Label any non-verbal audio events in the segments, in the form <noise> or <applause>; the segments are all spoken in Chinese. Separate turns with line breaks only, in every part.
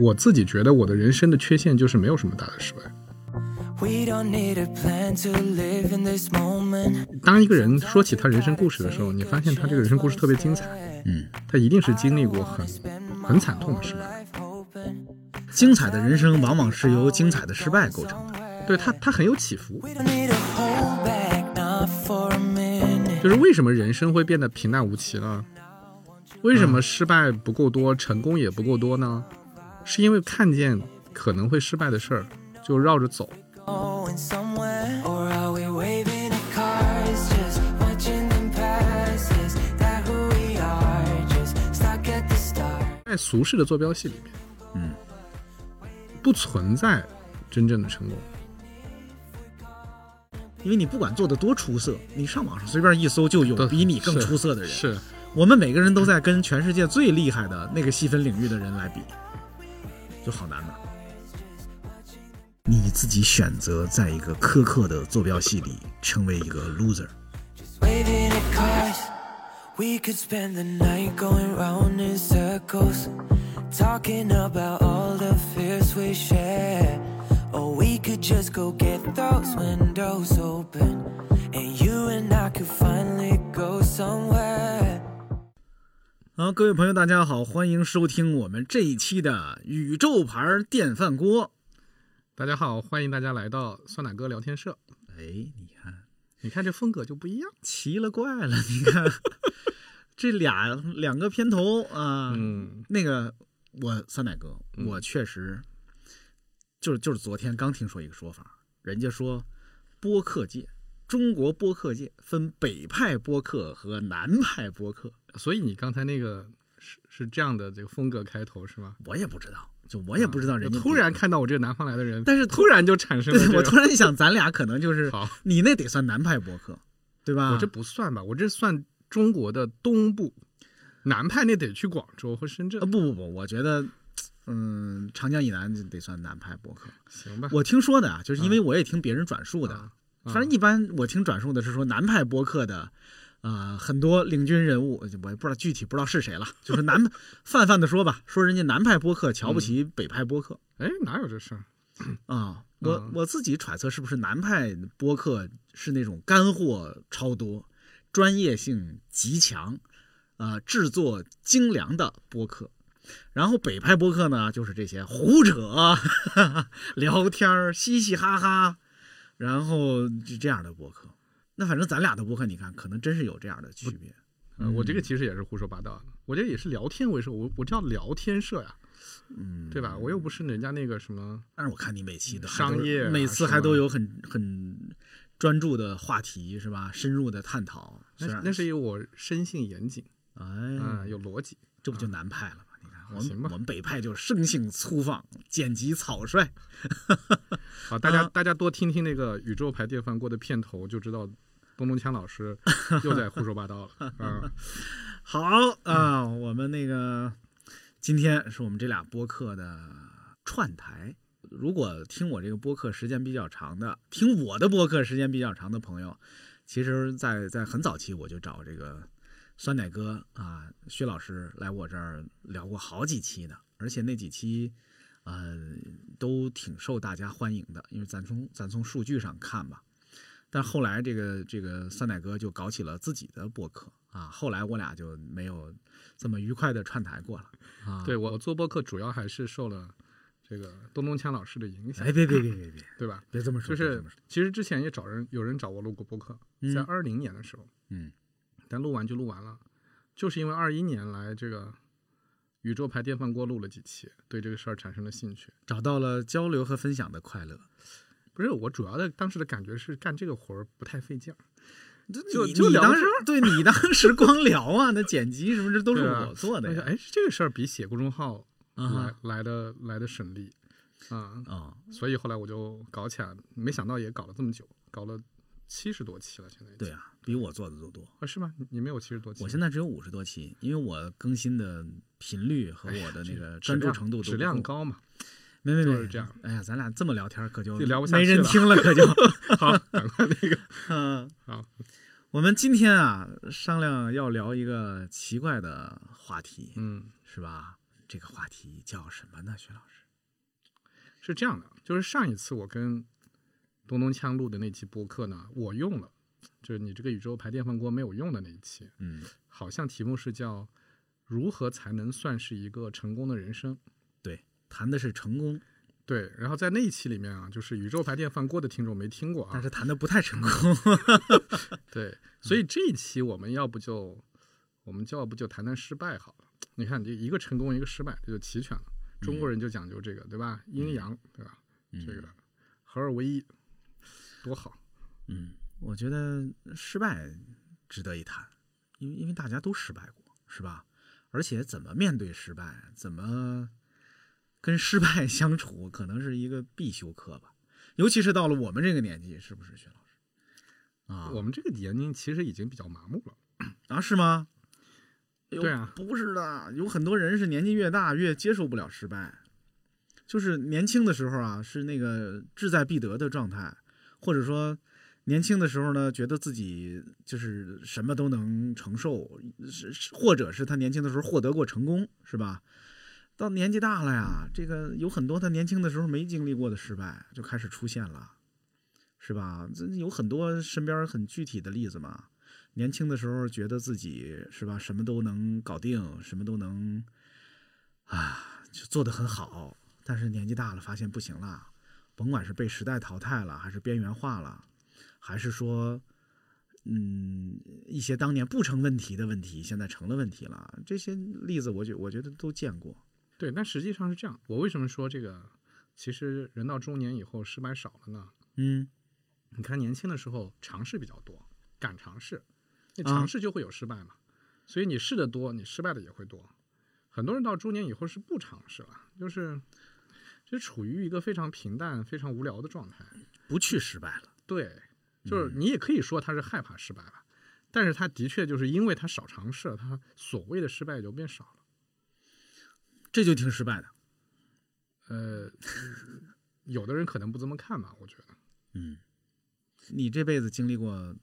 我自己觉得我的人生的缺陷就是没有什么大的失败。
We don't need a plan to live in this moment.
当一个人说起他人生故事的时候，你发现他这个人生故事特别精彩，
嗯，
他一定是经历过很很惨痛的失败。
精彩的人生往往是由精彩的失败构成的。
对他，他很有起伏。
We don't need to hold back, not for a minute.
就是为什么人生会变得平淡无奇呢？为什么失败不够多，成功也不够多呢？是因为看见可能会失败的事儿就绕着走，
Going somewhere, or are we waving at cars, just watching them pass? Is that who we are? Just stuck at the start.
在俗世的坐标系里面，嗯，不存在真正的成功。
因为你不管做的多出色，你上网上随便一搜就有
对
比你更
是
出色的人。
是
我们每个人都在跟全世界最厉害的那个细分领域的人来比，就好难呐。你自己选择在一个苛刻的坐标系里成为一个 loser，
Waving at cars. We could spend the night going round in circles, talking about all the fears we share. Or we could just go get those windows open, and you and I could finally go somewhere.
好，各位朋友，大家好，欢迎收听我们这一期的宇宙牌电饭锅。
大家好，欢迎大家来到酸奶哥聊天社。
哎，你看，
你看这风格就不一样。
奇了怪了，你看这俩两个片头啊、
嗯，
那个我三奶哥，我确实就是就是昨天刚听说一个说法，人家说播客界，中国播客界分北派播客和南派播客，
所以你刚才那个是是这样的这个风格开头是吗？啊
我也不知道，就我也不知道人家、
就突然。看到我这个南方来的人，
但是
突然就产生了这
对，
个、
我突然一想，咱俩可能就是
好，
你那得算南派播客，对吧？
我这不算吧，我这算中国的东部，南派那得去广州和深圳
啊，不不不，我觉得，嗯，长江以南就得算南派播客。
行吧？
我听说的啊，就是因为我也听别人转述的，
嗯
反正一般我听转述的是说南派播客的，呃，很多领军人物，我也不知道具体不知道是谁了，就是南 <laughs> 泛泛的说吧，说人家南派播客瞧
嗯
不起北派播客
哎，哪有这事儿？
啊、我
嗯
我自己揣测是不是南派播客是那种干货超多、专业性极强、呃制作精良的播客。然后北派播客呢，就是这些胡扯、 <laughs> 聊天儿、嘻嘻哈哈，然后就这样的播客。那反正咱俩的播客，你看，可能真是有这样的区别。
呃我这
嗯
个其实也是胡说八道的，我这也是聊天为首，我我叫聊天社呀，
嗯，
对吧？我又不是人家那个什么，
但是我看你每期的
商业啊
每次
是
还
吧
都有很很专注的话题，是吧？深入的探讨，
那
虽
是
然
那是有我生性严谨，嗯、
哎，
有逻辑，
这不就南派了吗？你看，我
行
们
吧
我们北派就是生性粗放、剪辑草率。
好，大家、
啊
大家多听听那个宇宙牌电饭锅的片头，就知道东东锵老师又在胡说八道了。
<laughs>
啊、
好啊、我们那个今天是我们这俩播客的串台。如果听我这个播客时间比较长的，听我的播客时间比较长的朋友，其实在，在很早期我就找这个酸奶哥啊、薛老师来我这儿聊过好几期的，而且那几期，呃，都挺受大家欢迎的，因为咱从咱从数据上看吧，但后来这个这个酸奶哥就搞起了自己的播客啊，后来我俩就没有这么愉快的串台过了啊。
对，我做播客主要还是受了这个东东锵老师的影响，
哎，别别别别别
对吧？
别这么
就
说，别这
是
么说
其实之前也找人有人找我录过播客，在
嗯
二零年的时候，
嗯，
但录完就录完了，就是因为二一年来这个宇宙牌电饭锅录了几期，对这个事儿产生了兴趣。
找到了交流和分享的快乐。
不是我主要的当时的感觉是干这个活儿不太费劲儿，就
你
就
你
聊
当
天
时 <laughs> 对你当时光聊啊，那剪辑什么这都是
对啊
我做的
那就
呀。
哎，这个事儿比写公众号
啊
来
哈
来的来的省力啊，
啊，
所以后来我就搞起来，没想到也搞了这么久，搞了七十多期了，现在已经
对啊，比我做的都多。
啊是吗？你你没有七十多期吗？
我现在只有五十多期，因为我更新的频率和我的那哎个专注程度都
质量，高
<laughs>
嘛，
没没没
就是这样。
哎呀，咱俩这么聊天可就
就聊不下
没
去
人
了
听了，可就
好，赶快那个
嗯
好。
我们今天啊，商量要聊一个奇怪的话题，
嗯，
是吧？这个话题叫什么呢？薛老师，
是这样的，就是上一次我跟东东锵录的那期播客呢，我用了，就是你这个宇宙牌电饭锅没有用的那一期，
嗯
好像题目是叫“如何才能算是一个成功的人生”。
对，谈的是成功，
对，然后在那一期里面啊，就是宇宙牌电饭锅的听众没听过啊
但，是谈的不太成功。
对，所以这一期我们要不就，我们就要不就谈谈失败好了。你看，你这一个成功，一个失败，这就齐全了。中国人就讲究这个，对吧？阴阳，对吧？嗯
<laughs>
这个合二为一，多好。
嗯，我觉得失败值得一谈，因为因为大家都失败过，是吧？而且怎么面对失败，怎么跟失败相处，可能是一个必修课吧。尤其是到了我们这个年纪，是不是薛老师？啊，
我们这个年龄其实已经比较麻木了。
啊是吗？哎呦
对啊
不是的，有很多人是年纪越大越接受不了失败，就是年轻的时候啊是那个志在必得的状态，或者说年轻的时候呢，觉得自己就是什么都能承受，是是或者是他年轻的时候获得过成功，是吧？到年纪大了呀，这个有很多他年轻的时候没经历过的失败就开始出现了，是吧？这有很多身边很具体的例子嘛。年轻的时候觉得自己是吧，什么都能搞定，什么都能啊，就做得很好。但是年纪大了，发现不行了，甭管是被时代淘汰了，还是边缘化了，还是说，嗯，一些当年不成问题的问题，现在成了问题了。这些例子，我觉我觉得都见过。
对，但实际上是这样。我为什么说这个？其实人到中年以后失败少了呢？
嗯，
你看年轻的时候尝试比较多，敢尝试，你
啊
尝试就会有失败嘛。所以你试的多，你失败的也会多。很多人到中年以后是不尝试了，就是就处于一个非常平淡、非常无聊的状态。
不去失败了。
对，就是你也可以说他是害怕失败吧，但是他的确就是因为他少尝试了，他所谓的失败也就变少了。
这就挺嗯失败的。
呃， <laughs> 有的人可能不这么看吧，我觉得。
嗯，你这辈子经历过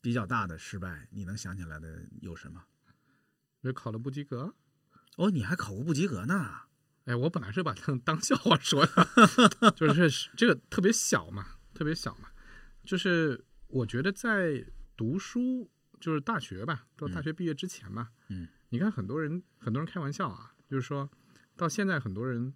比较大的失败，你能想起来的有什么？
就考了不及格，
哦，你还考过不及格呢？
哎，我本来是把它当笑话说的，
<laughs>
就是这个特别小嘛，特别小嘛，就是我觉得在读书，就是大学吧，到大学毕业之前吧，
嗯，
你看很多人，很多人开玩笑啊，就是说到现在很多人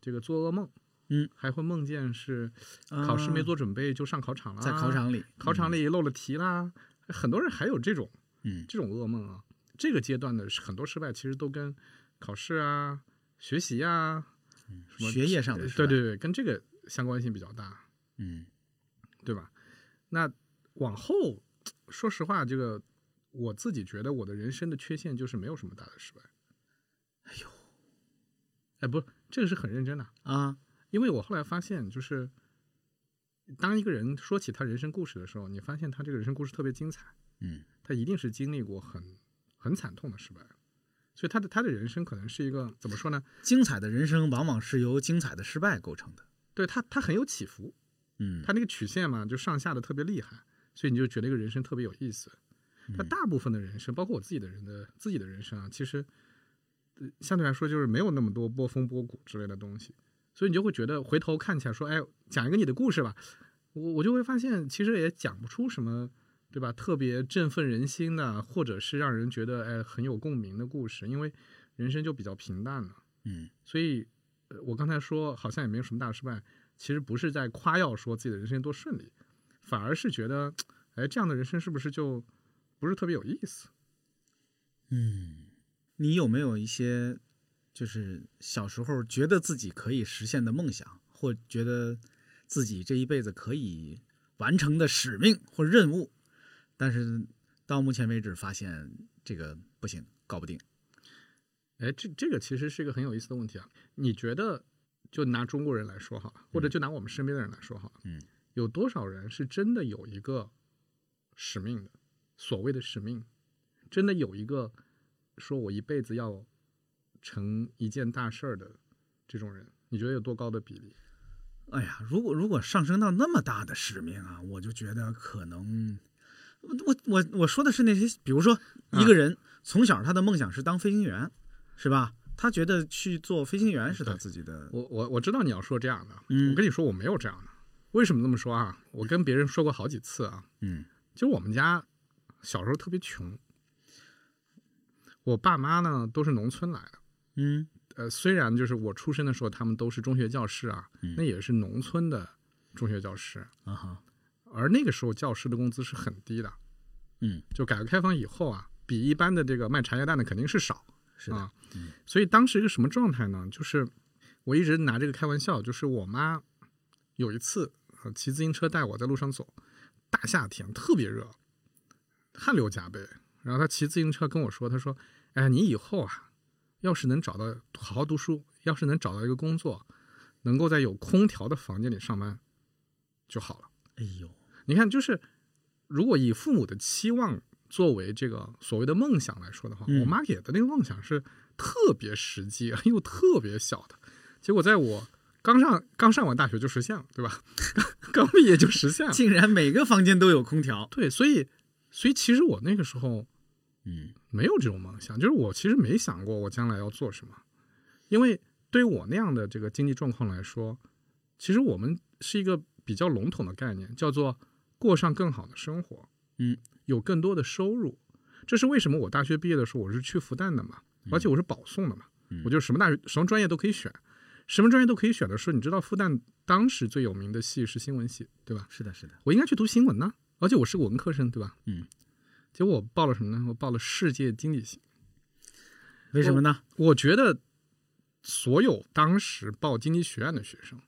这个做噩梦，
嗯，啊
还会梦见是考试没做准备就上考场了，
在考，场嗯里，
啊考场里漏了题啦，很多人还有这种
嗯，
这种噩梦啊，这个阶段的很多失败其实都跟考试啊、学习啊、什么
学业上的失败
呃对对对，跟这个相关性比较大，
嗯
对吧？那往后，说实话，这个我自己觉得我的人生的缺陷就是没有什么大的失败。哎
呦，
哎，不，这个是很认真的，
啊，
因为我后来发现，就是当一个人说起他人生故事的时候，你发现他这个人生故事特别精彩。
嗯
他一定是经历过很很惨痛的失败，所以他的他的人生可能是一个怎么说呢？
精彩的人生往往是由精彩的失败构成的。
对他他很有起伏，
嗯
他那个曲线嘛就上下的特别厉害，所以你就觉得一个人生特别有意思。但大部分的人生，包括我自己的人的自己的人生啊，其实、呃相对来说就是没有那么多波峰波谷之类的东西，所以你就会觉得回头看起来说，哎，讲一个你的故事吧，我我就会发现其实也讲不出什么，对吧？特别振奋人心的，或者是让人觉得哎很有共鸣的故事，因为人生就比较平淡了。
嗯，
所以，呃我刚才说好像也没有什么大失败，其实不是在夸耀说自己的人生多顺利，反而是觉得，哎，这样的人生是不是就不是特别有意思？
嗯你有没有一些就是小时候觉得自己可以实现的梦想，或觉得自己这一辈子可以完成的使命或任务，但是到目前为止发现这个不行，搞不定。
哎，这这个其实是一个很有意思的问题啊。你觉得，就拿中国人来说哈，或者就拿我们身边的人来说哈，
嗯，
有多少人是真的有一个使命的，所谓的使命，真的有一个说我一辈子要成一件大事儿的这种人？你觉得有多高的比例？
哎呀，如果如果上升到那么大的使命啊，我就觉得可能，我我我嗯我说的是那些，比如说一个人从小他的梦想是当飞行员，是吧？他觉得去做飞行员是他自己的，
我我我知道你要说这样的，
嗯
我跟你说我没有这样的。为什么这么说啊？我跟别人说过好几次啊，
嗯
就我们家小时候特别穷，我爸妈呢都是农村来的。
嗯
呃，虽然就是我出生的时候，他们都是中学教师啊，
嗯
那也是农村的中学教师，
啊哈，
而那个时候教师的工资是很低的。
嗯，
就改革开放以后啊，比一般的这个卖茶叶蛋的肯定是少，
是的嗯
啊，所以当时一个什么状态呢？就是我一直拿这个开玩笑，就是我妈有一次呃骑自行车带我在路上走，大夏天特别热，汗流浃背，然后她骑自行车跟我说，她说：“哎，你以后啊，要是能找到好好读书，要是能找到一个工作，能够在有空调的房间里上班就好了。”
哎呦，
你看，就是如果以父母的期望作为这个所谓的梦想来说的话，
嗯
我妈给的那个梦想是特别实际 <laughs> 又特别小的，结果在我刚上刚上完大学就实现了，对吧？ <laughs> 刚毕业就实现了，
<laughs> 竟然每个房间都有空调，
对，所以所以其实我那个时候
嗯
没有这种梦想，就是我其实没想过我将来要做什么，因为对于我那样的这个经济状况来说，其实我们是一个比较笼统的概念，叫做过上更好的生活，
嗯，
有更多的收入。这是为什么我大学毕业的时候我是去复旦的嘛，而且我是保送的嘛，
嗯
我就什么大学什么专业都可以选，什么专业都可以选的时候，你知道复旦当时最有名的系是新闻系，对吧？
<laughs> 是的是的，
我应该去读新闻呢，而且我是个文科生，对吧？
嗯，
结果我报了什么呢？我报了世界经济系。
为什么呢？
我觉得所有当时报经济学院的学生，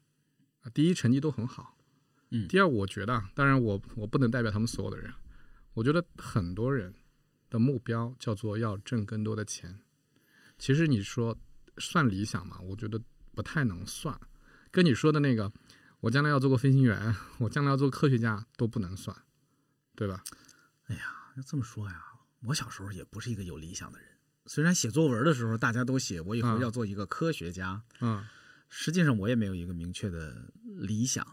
啊，第一成绩都很好，
嗯
第二我觉得啊，当然我我不能代表他们所有的人，我觉得很多人的目标叫做要挣更多的钱。其实你说算理想嘛，我觉得不太能算，跟你说的那个，我将来要做个飞行员，我将来要做科学家都不能算，对吧？
那这么说呀，我小时候也不是一个有理想的人，虽然写作文的时候大家都写我以后
嗯
要做一个科学家，
嗯
实际上我也没有一个明确的理想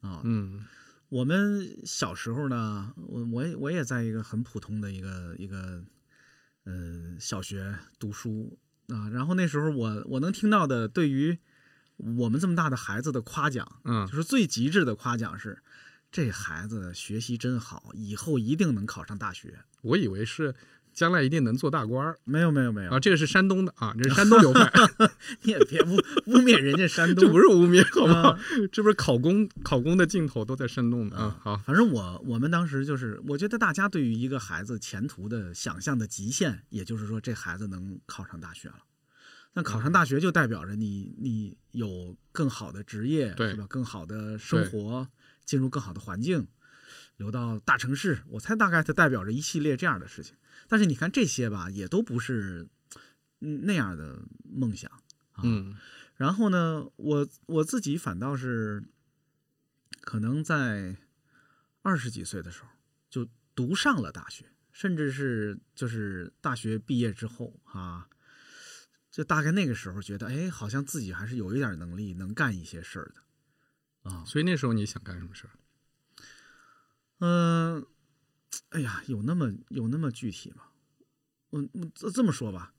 啊。
嗯
我们小时候呢，我我也我也在一个很普通的一个一个呃小学读书啊，然后那时候我我能听到的对于我们这么大的孩子的夸奖，
嗯
就是最极致的夸奖是。这孩子学习真好，以后一定能考上大学。
我以为是将来一定能做大官儿。
没有没有没有
<laughs> 啊，，这个是山东的啊，这是山东流
<laughs>
派，
你也别污污蔑人家山
这
东，
不是污蔑，好不好
啊？
<laughs> 这不是考公考公的镜头都在山东的啊。好，
嗯反正我我们当时就是，我觉得大家对于一个孩子前途的想象的极限，也就是说这孩子能考上大学了。那考上大学就代表着你你有更好的职业，
对
是吧？更好的生活，进入更好的环境，流到大城市。我猜大概它代表着一系列这样的事情。但是你看这些吧，也都不是嗯那样的梦想。
嗯
然后呢，我我自己反倒是，可能在二十几岁的时候就读上了大学，甚至是就是大学毕业之后啊，就大概那个时候觉得，哎，好像自己还是有一点能力，能干一些事儿的啊。
所以那时候你想干什么事儿？
嗯、哎呀，有那么有那么具体吗？我我这这么说吧。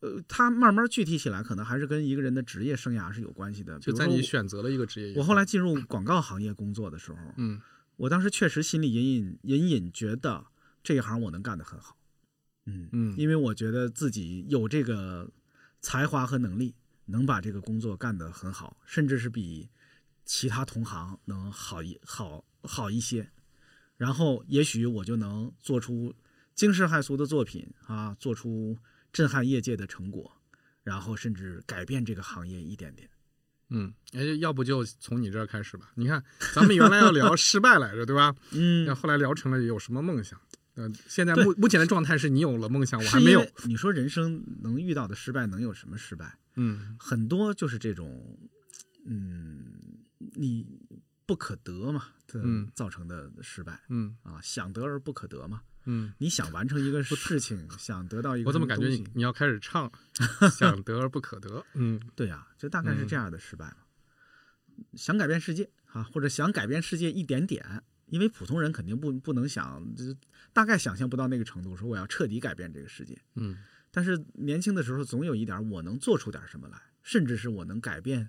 呃，它慢慢具体起来，可能还是跟一个人的职业生涯是有关系的。比
就
如
在
说
你
我
选择了一个职业以，
我后来进入广告行业工作的时候，
嗯
我当时确实心里隐隐隐隐觉得这一行我能干得很好，嗯，
嗯
因为我觉得自己有这个才华和能力，能把这个工作干得很好，甚至是比其他同行能好一好好一些。然后也许我就能做出惊世骇俗的作品啊，做出震撼业界的成果，然后甚至改变这个行业一点点。
嗯，哎，要不就从你这儿开始吧。你看，咱们原来要聊 <laughs> 失败来着，对吧？
嗯
那后来聊成了有什么梦想？嗯，现在
对
目目前的状态是你有了梦想，我还
是因
没有
为。你说人生能遇到的失败能有什么失败？
嗯
很多就是这种，嗯，你不可得嘛，它
嗯
造成的失败、
嗯
啊，想得而不可得嘛。
嗯，
你想完成一个事情，想得到一个
我怎么
什
感觉
东
你
西
你要开始唱，
<laughs>
想得而不可得？嗯
对呀、就大概是这样的失败嘛。想改变世界啊，或者想改变世界一点点，因为普通人肯定不不能想，就是大概想象不到那个程度，说我要彻底改变这个世界。
嗯
但是年轻的时候总有一点儿我能做出点儿什么来，甚至是我能改变，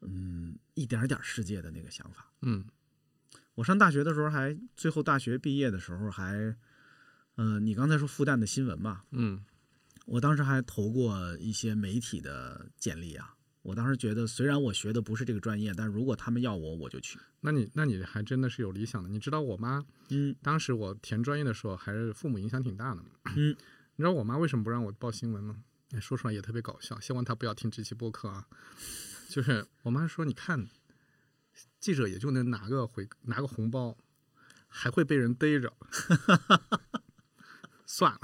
嗯，一点儿点儿世界的那个想法。
嗯
我上大学的时候还，最后大学毕业的时候还，嗯、你刚才说复旦的新闻嘛，
嗯
我当时还投过一些媒体的简历啊。我当时觉得，虽然我学的不是这个专业，但如果他们要我，我就去。
那你那你还真的是有理想的。你知道我妈
嗯
当时我填专业的时候，还是父母影响挺大的嘛。
嗯，
<clears throat> 你知道我妈为什么不让我报新闻吗？哎说出来也特别搞笑，希望她不要听这期播客啊。 <laughs> 就是我妈说，你看，记者也就能拿个回拿个红包，还会被人逮着， <laughs> 算了。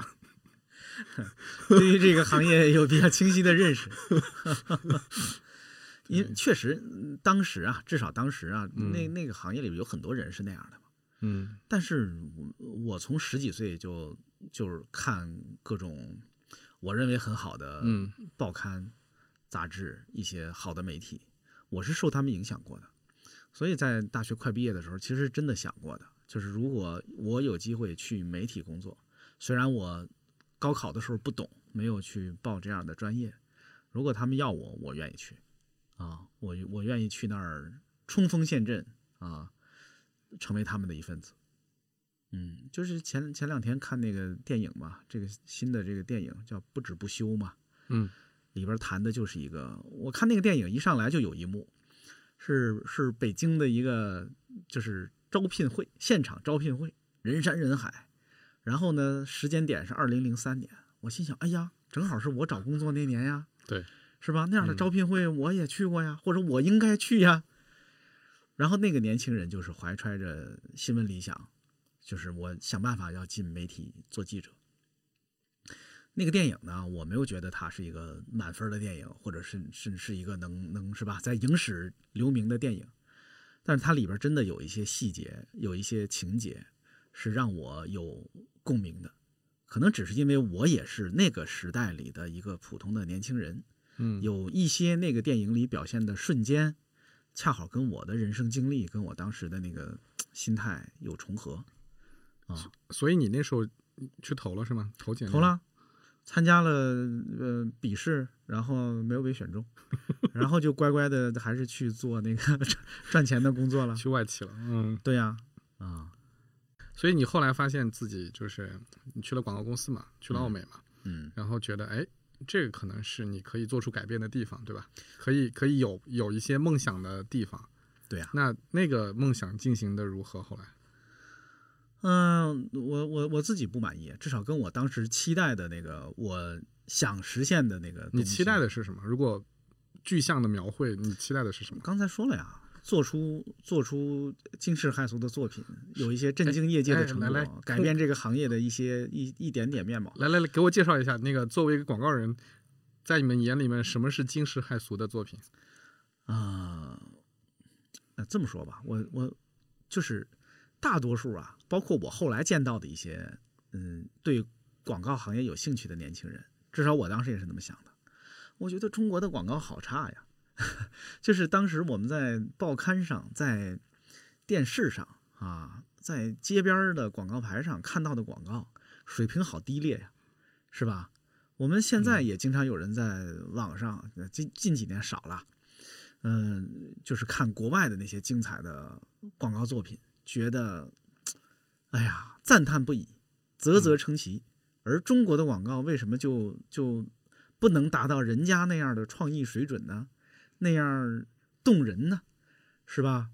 对于这个行业有比较清晰的认识。因
对
确实，嗯当时啊，至少当时啊，
嗯
那那个行业里有很多人是那样的嘛。
嗯
但是我我从十几岁就就是看各种我认为很好的
嗯
报刊、杂志、一些好的媒体，我是受他们影响过的。所以在大学快毕业的时候，其实真的想过的，就是如果我有机会去媒体工作，虽然我高考的时候不懂，没有去报这样的专业，如果他们要我，我愿意去啊，我我愿意去那儿冲锋陷阵啊，成为他们的一份子。嗯，就是前前两天看那个电影嘛，这个新的这个电影叫《不止不休》嘛，
嗯
里边谈的就是一个，我看那个电影一上来就有一幕，是是北京的一个就是招聘会，现场招聘会，人山人海。然后呢，时间点是二零零三年，我心想，哎呀，正好是我找工作那年呀，
对，
是吧？那样的
嗯
招聘会我也去过呀，或者我应该去呀。然后那个年轻人就是怀揣着新闻理想，就是我想办法要进媒体做记者。那个电影呢，我没有觉得它是一个满分的电影，或者是是是一个能能是吧，在影史留名的电影。但是它里边真的有一些细节，有一些情节是让我有共鸣的，可能只是因为我也是那个时代里的一个普通的年轻人，
嗯
有一些那个电影里表现的瞬间，恰好跟我的人生经历，跟我当时的那个心态有重合。
所以你那时候去投了是吗？投简历
投，了，参加了呃笔试，然后没有被
<laughs>
选中，然后就乖乖的 <laughs> 还是去做那个 <laughs> 赚赚钱的工作了。
去外企了。嗯，
对呀、啊，
所以你后来发现自己就是你去了广告公司嘛，去了奥美嘛。
嗯，
然后觉得哎，这个可能是你可以做出改变的地方，对吧？可以可以有有一些梦想的地方。
对呀、
那那个梦想进行的如何？后来，
嗯，我我我自己不满意，至少跟我当时期待的那个我想实现的那个
你
东
期
西
待的是什么？如果具象的描绘，你期待的是什么？
刚才说了呀，做出做出惊世骇俗的作品，有一些震惊业界
哎
的
哎
成
来
果，
来
改
通
变这个行业的一些一一点点面貌。
来来来，给我介绍一下那个作为一个广告人，在你们眼里面什么是惊世骇俗的作品？
啊、呃，这么说吧，我我就是大多数啊，包括我后来见到的一些，嗯，对广告行业有兴趣的年轻人，至少我当时也是那么想的。我觉得中国的广告好差呀， <laughs> 就是当时我们在报刊上、在电视上啊，在街边儿的广告牌上看到的广告，水平好低劣呀，是吧？我们现在也经常有人在网上，呃近近几年少了，嗯，就是看国外的那些精彩的广告作品，觉得，哎呀，赞叹不已，啧啧称奇。而中国的广告为什么就就不能达到人家那样的创意水准呢？那样动人呢？是吧？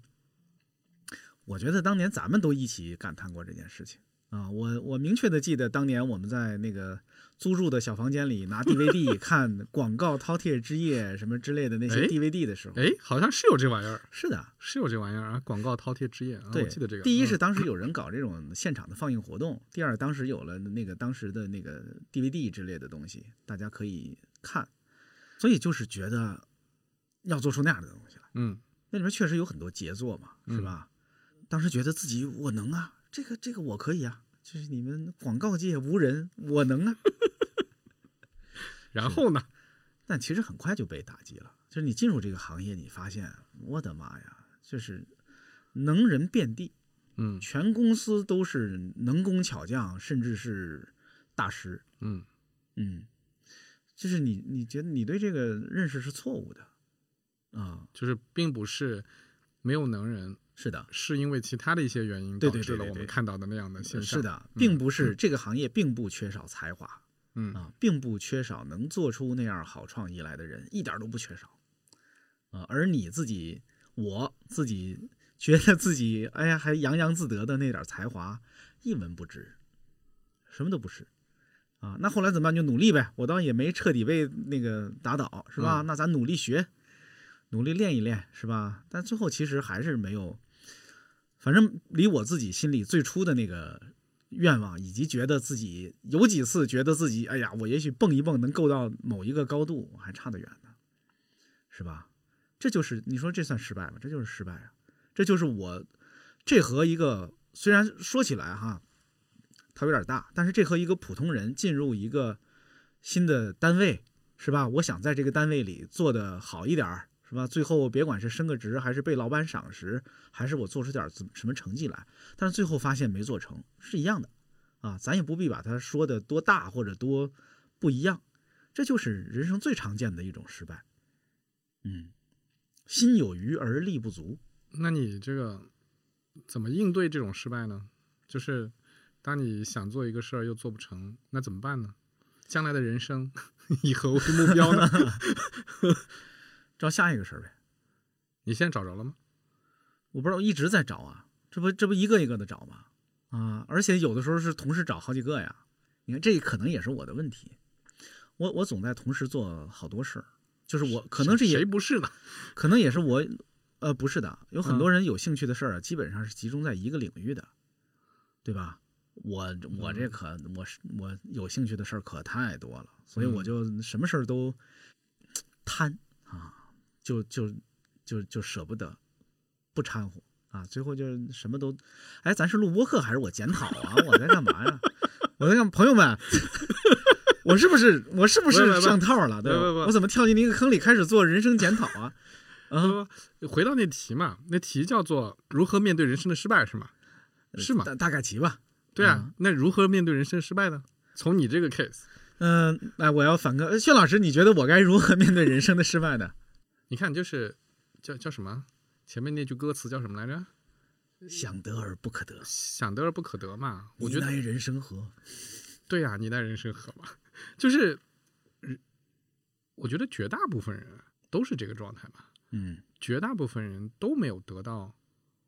我觉得当年咱们都一起感叹过这件事情啊！我我明确的记得当年我们在那个租住的小房间里拿 DVD 看《广告饕餮之夜》什么之类的那些
哎
DVD 的时候，
哎，好像是有这玩意儿，
是的，
是有这玩意儿啊！广告饕餮之夜啊，
对，
我记得这个。
第一是
嗯
当时有人搞这种现场的放映活动，第二当时有了那个当时的那个 DVD 之类的东西，大家可以看，所以就是觉得要做出那样的东西来。
嗯
那里面确实有很多杰作嘛，是吧？当时觉得自己我能啊，这个这个我可以啊，就是你们广告界无人，我能啊。 <laughs>
然后呢？
但其实很快就被打击了。就是你进入这个行业，你发现，我的妈呀，就是能人遍地，
嗯
全公司都是能工巧匠，甚至是大师。
嗯，
嗯，就是你你觉得你对这个认识是错误的啊，
就是并不是没有能人，
是的，
是因为其他的一些原因
对
导
对对
致了
对
我们
对
看到的那样的现象。
是，的，并不是这个行业并不缺少才华，
嗯，
啊，并不缺少能做出那样好创意来的人，一点儿都不缺少啊。而你自己，我自己觉得自己，哎呀，还洋洋自得的那点儿才华，一文不值，什么都不是啊。那后来怎么办？就努力呗。我倒也没彻底被那个打倒，是吧？
嗯
那咱努力学，努力练一练，是吧？但最后其实还是没有，反正离我自己心里最初的那个愿望，以及觉得自己有几次觉得自己，哎呀，我也许蹦一蹦能够到某一个高度，还差得远呢，是吧？这就是你说这算失败吗？这就是失败啊！这就是我，这和一个虽然说起来哈，它有点大，但是这和一个普通人进入一个新的单位，是吧？我想在这个单位里做得好一点儿，是吧？最后别管是升个职，还是被老板赏识，还是我做出点儿怎什么成绩来，但是最后发现没做成，是一样的啊。咱也不必把它说的多大或者多不一样，这就是人生最常见的一种失败。嗯，心有余而力不足。
那你这个怎么应对这种失败呢？就是当你想做一个事儿又做不成，那怎么办呢？将来的人生 <laughs> 以何为目标呢？ <laughs>
找下一个事儿呗。
你现在找着了吗？
我不知道，一直在找啊，这不这不一个一个的找吗？啊，而且有的时候是同时找好几个呀。你看，这可能也是我的问题，我我总在同时做好多事儿，就是我可能是
谁
也
不 <laughs> 是呢？
可能也是我，呃，不是的，有很多人有兴趣的事儿啊，基本上是集中在一个领域的，对吧？嗯我我这可我是我有兴趣的事儿可太多了，所以我
嗯
就什么事儿都贪啊，就就就就舍不得，不掺和啊，最后就什么都，哎，咱是录播课还是我检讨啊？我在干嘛呀？我在干嘛？朋友们，我是不是我是不
不不
是
不
上套了？对吧
不不不
我怎么跳进一个坑里开始做人生检讨啊？啊，
不，回到那题嘛，那题叫做如何面对人生的失败是吗？是吗？
呃大大概齐吧。
对啊，那如何面对人生失败呢？从你这个 case，
嗯、哎，我要反个呃薛老师，你觉得我该如何面对人生的失败呢？ <laughs>
你看就是叫叫什么？前面那句歌词叫什么来着？
想得而不可得，
想得而不可得嘛。我觉
无
得
奈人生何？
对呀、你奈人生何嘛？就是，我觉得绝大部分人都是这个状态吧，
嗯
绝大部分人都没有得到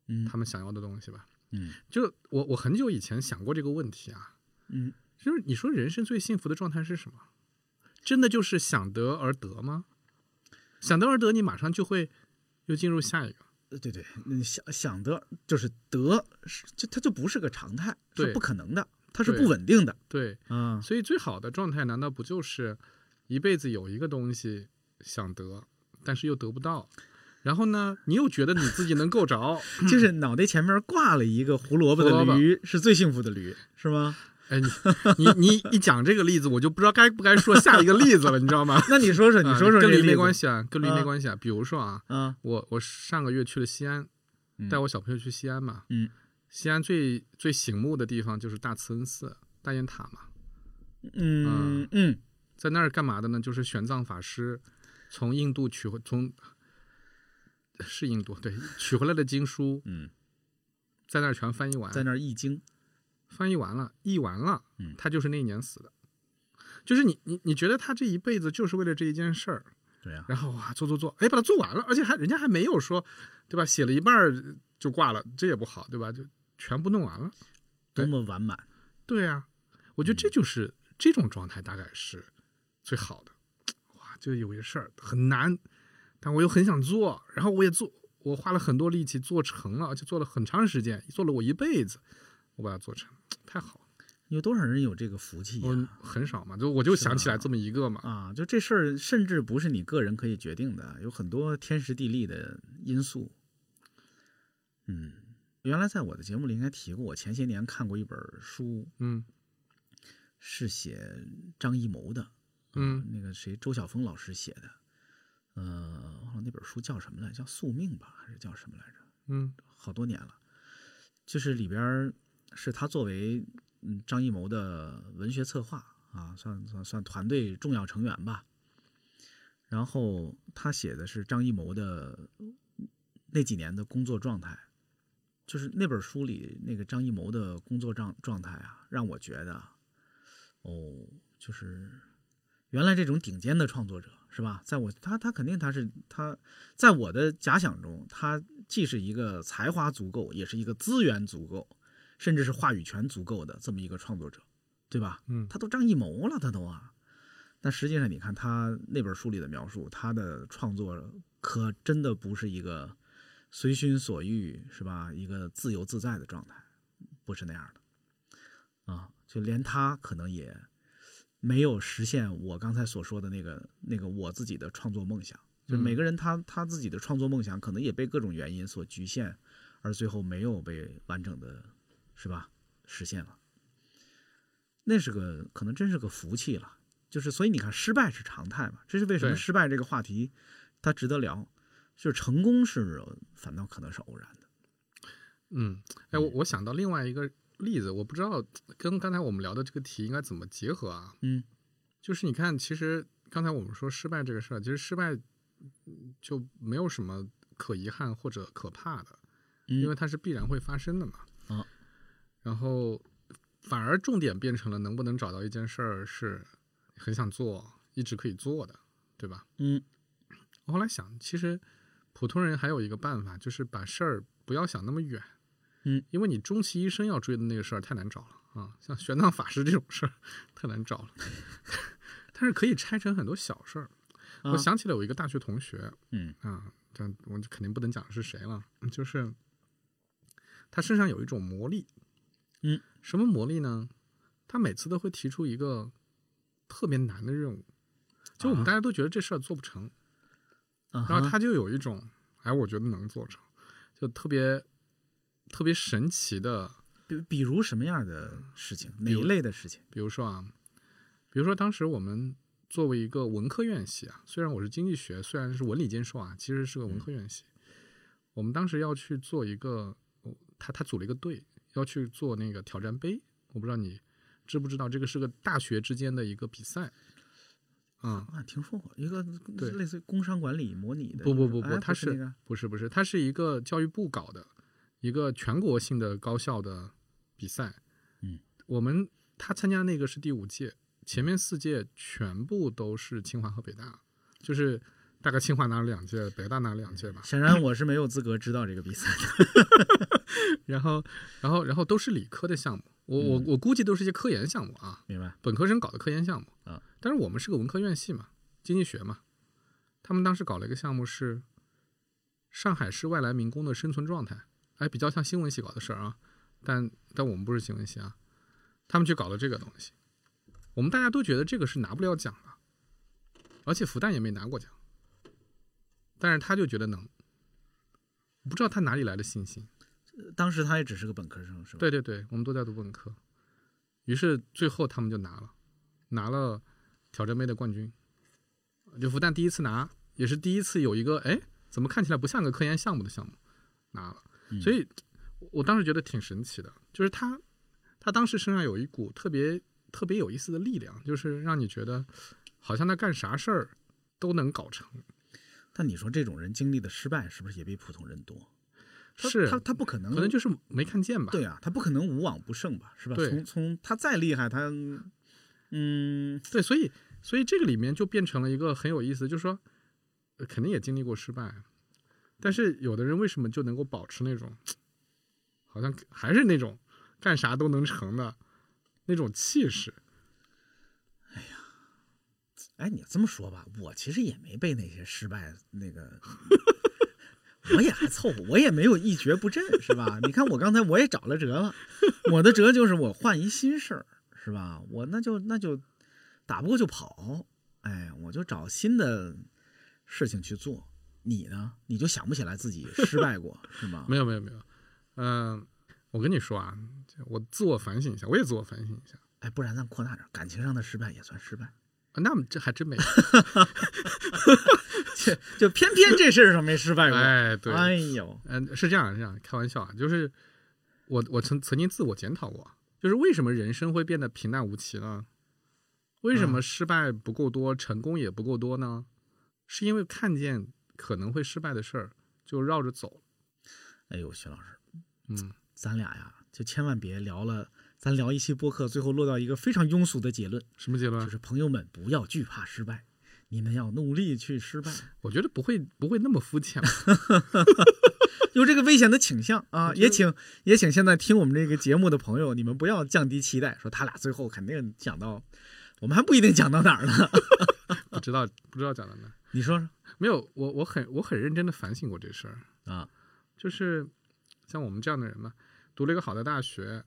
嗯
他们想要的东西吧。
嗯
就我我很久以前想过这个问题啊，
嗯，
就是你说人生最幸福的状态是什么？真的就是想得而得吗？想得而得，你马上就会又进入下一个。
呃对对，嗯想想得就是得是，就它就不是个常态，是
对
不可能的，它是
对嗯
不稳定的
对，
啊。
所以最好的状态难道不就是一辈子有一个东西想得，但是又得不到，然后呢，你又觉得你自己能够着，
就是脑袋前面挂了一个胡萝卜
胡萝
的
卜
驴，是最幸福的驴，是吗？
哎，你你你一讲这个例子，我就不知道该不该说下一个例子了，你知道吗？
那你
<laughs>
说 <laughs> 说，你说说
啊
这
跟
个
驴
例
没
子
关系啊，跟驴没
啊
关系啊。比如说啊，
啊？
我我上个月去了西安，
嗯
带我小朋友去西安嘛。
嗯，
西安最最醒目的地方就是大慈恩寺、大雁塔嘛。啊
嗯嗯，
在那儿干嘛的呢？就是玄奘法师从印度取回从是印度对取回来的经书，
嗯，
在那儿全翻译完，
在那儿易经，
翻译完了，译完了，
嗯
他就是那一年死的。就是你你你觉得他这一辈子就是为了这一件事儿，
对啊呀，
然后哇做做做，哎把它做完了，而且还人家还没有说，对吧？写了一半儿就挂了，这也不好，对吧？就全部弄完了。
多
对
么完满。
对啊，我觉得这就是、这种状态大概是最好的。哇，就有些事儿很难，但我又很想做，然后我也做，我花了很多力气做成了，而且做了很长时间，做了我一辈子，我把它做成，太好了。
有多少人有这个福气哎呀、
我很少嘛，就我就是想起来
吧
这么一个嘛。
啊，就这事儿，甚至不是你个人可以决定的，有很多天时地利的因素。嗯，原来在我的节目里应该提过，我前些年看过一本书，
嗯
是写张艺谋的，啊
嗯
那个谁周晓峰老师写的，呃，忘了那本书叫什么了，叫《宿命》吧，还是叫什么来着？
嗯
好多年了，就是里边儿是他作为嗯张艺谋的文学策划啊，算算算团队重要成员吧。然后他写的是张艺谋的那几年的工作状态，就是那本书里那个张艺谋的工作状状态啊，让我觉得，哦，就是原来这种顶尖的创作者是吧？在我他他肯定他是他，在我的假想中，他既是一个才华足够，也是一个资源足够，甚至是话语权足够的这么一个创作者，对吧？
嗯
他都张艺谋了，他都啊。但实际上，你看他那本书里的描述，他的创作可真的不是一个随心所欲，是吧？一个自由自在的状态，不是那样的啊。就连他可能也没有实现我刚才所说的那个那个我自己的创作梦想。就
嗯
每个人他他自己的创作梦想，可能也被各种原因所局限，而最后没有被完整的，是吧？实现了，那是个可能真是个福气了。就是所以你看，失败是常态嘛，这是为什么
对
失败这个话题它值得聊。就是成功是反倒可能是偶然的。
嗯，哎，我我想到另外一个例子，我不知道跟刚才我们聊的这个题应该怎么结合啊。
嗯，
就是你看，其实刚才我们说失败这个事儿，其实失败嗯就没有什么可遗憾或者可怕的，
嗯
因为它是必然会发生的嘛。
啊
然后反而重点变成了能不能找到一件事儿是很想做，一直可以做的，对吧？
嗯
我后来想，其实普通人还有一个办法，就是把事儿不要想那么远。
嗯，
因为你终其一生要追的那个事儿太难找了啊，像玄奘法师这种事儿太难找了。 <laughs> 但是可以拆成很多小事儿。
啊
我想起了有一个大学同学，
嗯
啊，这样我就肯定不能讲是谁了，就是他身上有一种魔力，
嗯，
什么魔力呢？他每次都会提出一个特别难的任务，就我们
啊
大家都觉得这事儿做不成，
然
然后他就有一种，哎，我觉得能做成，就特别特别神奇的，
比比如什么样的事情，哪
比如
一类的事情？
比如说啊，比如说当时我们作为一个文科院系啊，虽然我是经济学，虽然是文理兼授啊，其实是个文科院系。我们当时要去做一个，哦他他组了一个队，要去做那个挑战杯。我不知道你知不知道，这个是个大学之间的一个比赛。嗯，
啊，听说过一个
对
类似于工商管理模拟的，
不不不
哎
不，
不，
它
是那个
不是不是，它是一个教育部搞的一个全国性的高校的比赛。
嗯，
我们他参加那个是第五届，前面四届全部都是清华和北大，就是大概清华拿了两届，北大拿了两届吧。
显然我是没有资格知道这个比赛的。
然后，然后，然后都是理科的项目，我我
嗯
我估计都是一些科研项目啊。
明白？
本科生搞的科研项目
啊。
但是我们是个文科院系嘛，经济学嘛，他们当时搞了一个项目是上海市外来民工的生存状态，哎，比较像新闻系搞的事儿啊，但但我们不是新闻系啊，他们去搞了这个东西，我们大家都觉得这个是拿不了奖的，而且复旦也没拿过奖，但是他就觉得能，不知道他哪里来的信心。
当时他也只是个本科生，是吧？
对对对，我们都在读本科。于是最后他们就拿了，拿了挑战杯的冠军。就复旦第一次拿，也是第一次有一个哎，怎么看起来不像个科研项目的项目拿了。
嗯
所以我我当时觉得挺神奇的，就是他他当时身上有一股特别特别有意思的力量，就是让你觉得好像他干啥事儿都能搞成。
但你说这种人经历的失败，是不是也比普通人多？他
是
他他不可能，
可能就是没看见吧。
对啊，他不可能无往不胜吧？是吧？
对
从从他再厉害，他嗯，
对，所以所以这个里面就变成了一个很有意思，就是说，呃肯定也经历过失败，但是有的人为什么就能够保持那种，好像还是那种干啥都能成的那种气势？
哎，你这么说吧，我其实也没被那些失败那个，
<laughs>
我也还凑合，我也没有一蹶不振，是吧？你看我刚才我也找了辙了，我的辙就是我换一新事儿，是吧？我那就那就打不过就跑，哎，我就找新的事情去做。你呢？你就想不起来自己失败过是吗？
<laughs> 没有没有没有，嗯、我跟你说啊，我自我反省一下，我也自我反省一下，
哎，不然咱扩大点儿，感情上的失败也算失败，
啊那么这还真没有，
就就偏偏这事儿上没失败过。
哎对，
哎呦，
嗯，是这样，是这样，开玩笑啊，就是我我曾曾经自我检讨过，就是为什么人生会变得平淡无奇呢？为什么失败不够多，成功也不够多呢？是因为看见可能会失败的事儿就绕着走。
哎呦，徐老师，
嗯，
咱俩呀，就千万别聊了，咱聊一期播客，最后落到一个非常庸俗的结论，
什么结论
就？是朋友们不要惧怕失败，你们要努力去失败，
我觉得不会不会那么肤浅吧。
<laughs> 有这个危险的倾向啊！
我觉得
也请也请现在听我们这个节目的朋友，你们不要降低期待，说他俩最后肯定讲到，我们还不一定讲到哪儿呢。
不知道不知道讲到哪儿？
<laughs> 你说说
没有，我我很我很认真的反省过这事儿。
啊？
就是像我们这样的人嘛，读了一个好的大学，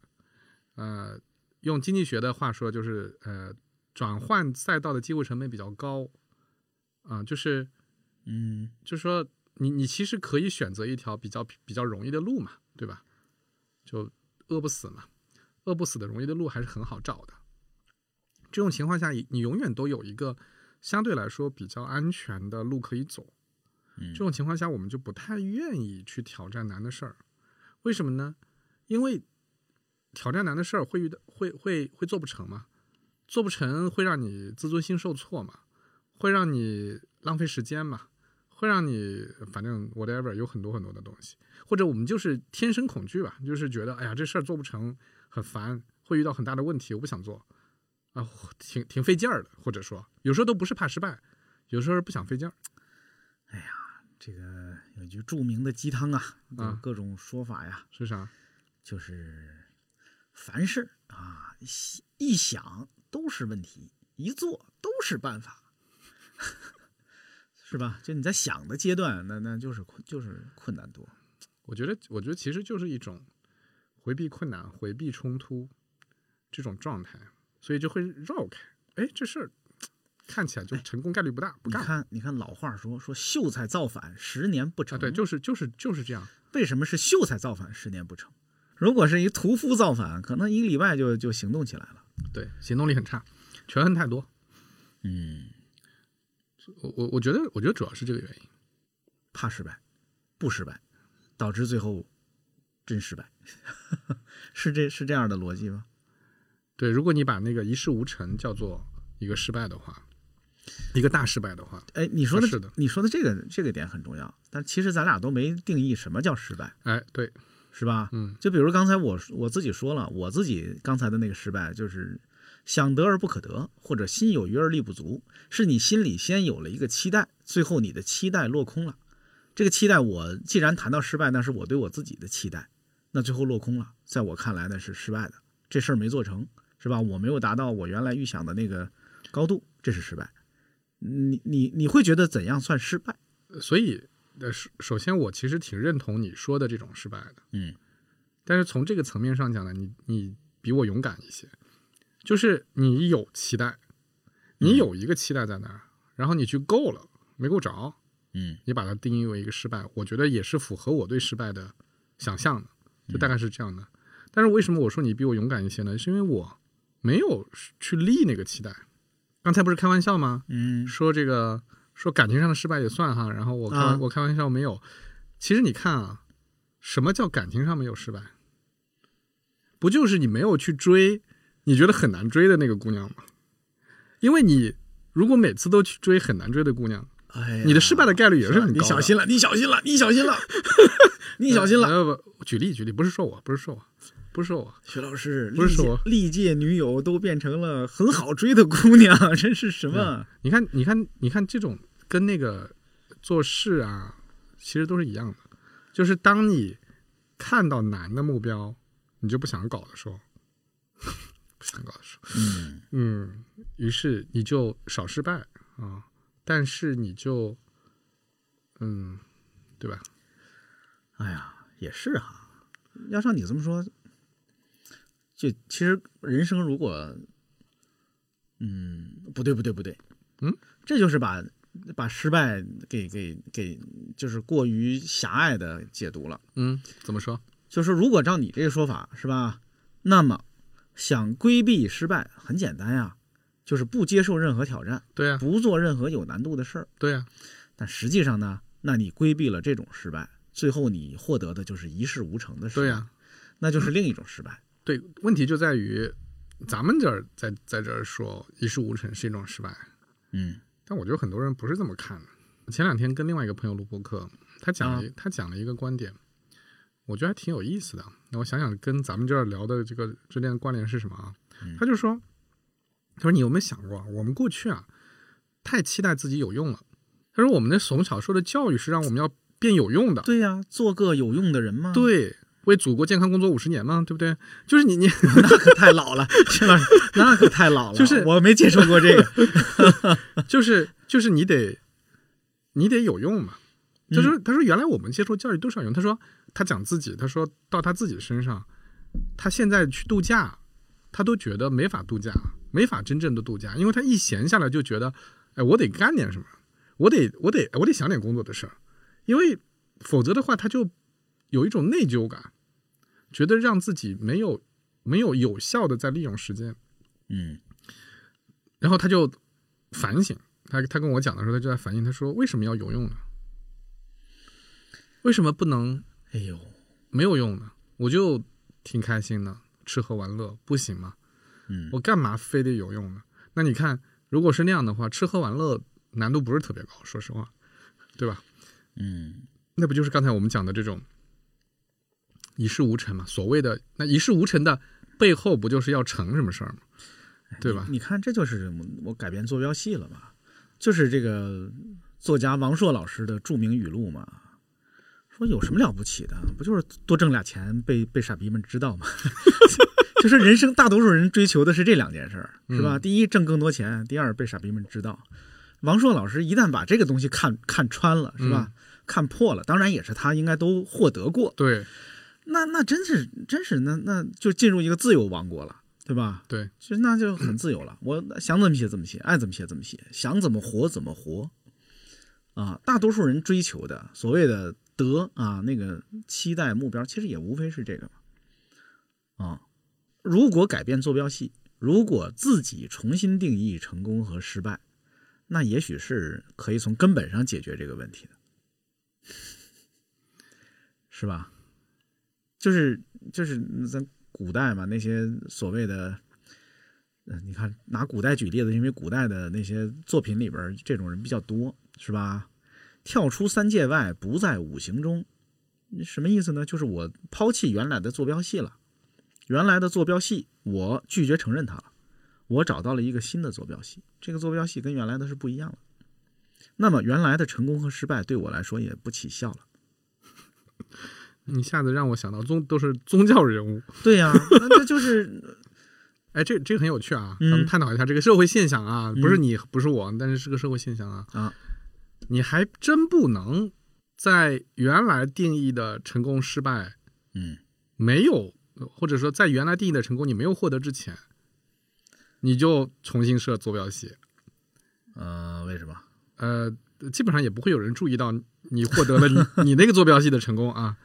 呃，用经济学的话说，就是呃，转换赛道的机会成本比较高，啊、就是
嗯，
就是说你你其实可以选择一条比较比较容易的路嘛，对吧？就饿不死嘛，饿不死的容易的路还是很好找的。这种情况下，你你永远都有一个相对来说比较安全的路可以走。
嗯
这种情况下，我们就不太愿意去挑战难的事儿。为什么呢？因为挑战难的事儿会遇到会会会做不成嘛，做不成会让你自尊心受挫嘛，会让你浪费时间嘛，会让你反正 whatever 有很多很多的东西，或者我们就是天生恐惧吧，就是觉得哎呀这事儿做不成很烦，会遇到很大的问题，我不想做啊，挺挺费劲儿的，或者说有时候都不是怕失败，有时候是不想费劲儿。
这个有一句著名的鸡汤啊，有
啊
各种说法呀，
是啊啥？
就是凡事啊，一一想都是问题，一做都是办法， <laughs> 是吧？就你在想的阶段，那那就是困，就是困难多。
我觉得，我觉得其实就是一种回避困难、回避冲突这种状态，所以就会绕开。哎，这事儿看起来就成功概率不大，不
哎你
干
看，你看，老话说说秀才造反，十年不
啊。
成。
对，就是就是就是这样。
为什么是秀才造反，十年不成？如果是一屠夫造反，可能一个礼拜就就行动起来了。
对，行动力很差，权衡太多。
嗯，
我我我觉得，我觉得主要是这个原因。
怕失败，不失败，导致最后真失败， <laughs> 是这是这样的逻辑吗？
对，如果你把那个一事无成叫做一个失败的话，一个大失败的话，
哎，你说的
啊是的
你说的这个这个点很重要，但其实咱俩都没定义什么叫失败，
哎，对，
是吧？
嗯，
就比如刚才我我自己说了，我自己刚才的那个失败就是想得而不可得，或者心有余而力不足，是你心里先有了一个期待，最后你的期待落空了。这个期待，我既然谈到失败，那是我对我自己的期待，那最后落空了，在我看来那是失败的，这事儿没做成，是吧？我没有达到我原来预想的那个高度，这是失败。你你你会觉得怎样算失败？
所以，呃，首首先，我其实挺认同你说的这种失败的，
嗯，
但是从这个层面上讲呢，你你比我勇敢一些，就是你有期待，你有一个期待在那儿，然后你去够了，没够着，
嗯
你把它定义为一个失败，我觉得也是符合我对失败的想象的，就大概是这样的。但是为什么我说你比我勇敢一些呢？是因为我没有去立那个期待。刚才不是开玩笑吗？
嗯
说这个说感情上的失败也算哈，然后我开、
啊
我开玩笑没有。其实你看啊，什么叫感情上没有失败？不就是你没有去追你觉得很难追的那个姑娘吗？因为你如果每次都去追很难追的姑娘，
哎呀
你的失败的概率也是很高的
啊你小心了，你小心了，你小
<laughs>
心了，你小心了。
呃。不，不举例举例，不是说我，不是说我，不是说我。
徐老师，
不是
历届
我
历届女友都变成了很好追的姑娘， <laughs> 这是什么？
你看，你看，你看，这种跟那个做事啊，其实都是一样的。就是当你看到难的目标，你就不想搞的时候， <laughs> 不想搞的时候，
嗯
嗯，于是你就少失败啊，但是你就，嗯，对吧？嗯
哎呀，也是哈。要照你这么说，就其实人生如果，嗯，不对不对不对，
嗯，
这就是把把失败给给给，就是过于狭隘的解读了。
嗯，怎么说？
就是如果照你这个说法是吧，那么想规避失败很简单呀，就是不接受任何挑战，
对呀、
不做任何有难度的事儿。
对呀、
但实际上呢，那你规避了这种失败，最后你获得的就是一事无成的失败，
对呀、
那就是另一种失败。
对，问题就在于咱们这儿在在这儿说一事无成是一种失败，
嗯
但我觉得很多人不是这么看的。前两天跟另外一个朋友录播客，他讲了一、他讲了一个观点，我觉得还挺有意思的。那我想想跟咱们这儿聊的这个之间的关联是什么啊？他就说，他说你有没有想过，我们过去啊太期待自己有用了。他说我们的从小受的教育是让我们要变有用的，
对呀、做个有用的人嘛。，
对，为祖国健康工作五十年嘛，对不对？就是你你。
那可太老了， <laughs> 是吧？那可太老了，
就是
我没接触过这个。 <laughs>
就是就是你得你得有用嘛。他说、他说原来我们接受教育都是要用。他说他讲自己，他说到他自己身上，他现在去度假，他都觉得没法度假，没法真正的度假，因为他一闲下来就觉得，哎，我得干点什么，我得 <laughs> 我得我得想点工作的事儿，因为否则的话他就有一种内疚感，觉得让自己没有没有有效的在利用时间。
嗯
然后他就反省，他他跟我讲的时候，他就在反省，他说为什么要有用呢？为什么不能
哎呦，
没有用呢？我就挺开心的，吃喝玩乐不行吗？
嗯
我干嘛非得有用呢？那你看，如果是那样的话，吃喝玩乐难度不是特别高，说实话，对吧？
嗯
那不就是刚才我们讲的这种一事无成嘛？所谓的那一事无成的背后，不就是要成什么事儿吗？对吧？
哎你看，这就是我改编坐标系了嘛，就是这个作家王朔老师的著名语录嘛，说有什么了不起的，不就是多挣俩钱被被傻逼们知道吗？ <laughs> 就是人生大多数人追求的是这两件事儿，是吧？
嗯
第一挣更多钱，第二被傻逼们知道。王朔老师一旦把这个东西看看穿了，是
嗯
吧？看破了，当然也是他应该都获得过，
对
那那真是真是那那就进入一个自由王国了，对吧？
对，
其实那就很自由了，我想怎么写怎么写，爱怎么写怎么写，想怎么活怎么活。啊，大多数人追求的所谓的德啊，那个期待目标，其实也无非是这个嘛。啊，如果改变坐标系，如果自己重新定义成功和失败，那也许是可以从根本上解决这个问题的， <laughs> 是吧？就是就是咱古代嘛，那些所谓的嗯，你看拿古代举例子，因为古代的那些作品里边儿这种人比较多，是吧？跳出三界外，不在五行中，什么意思呢？就是我抛弃原来的坐标系了，原来的坐标系我拒绝承认它了，我找到了一个新的坐标系，这个坐标系跟原来的是不一样的。那么原来的成功和失败对我来说也不起效了。
你一下子让我想到宗都是宗教人物，
对呀、那这就是
哎，这这个很有趣啊，
嗯
咱们探讨一下这个社会现象啊，不是
嗯
你不是我，但是是个社会现象啊。
啊，
你还真不能在原来定义的成功失败
嗯，
没有，或者说在原来定义的成功你没有获得之前，你就重新设坐标系。
呃，为什么？
呃，基本上也不会有人注意到你获得了
<laughs>
你你那个坐标系的成功啊。
嗯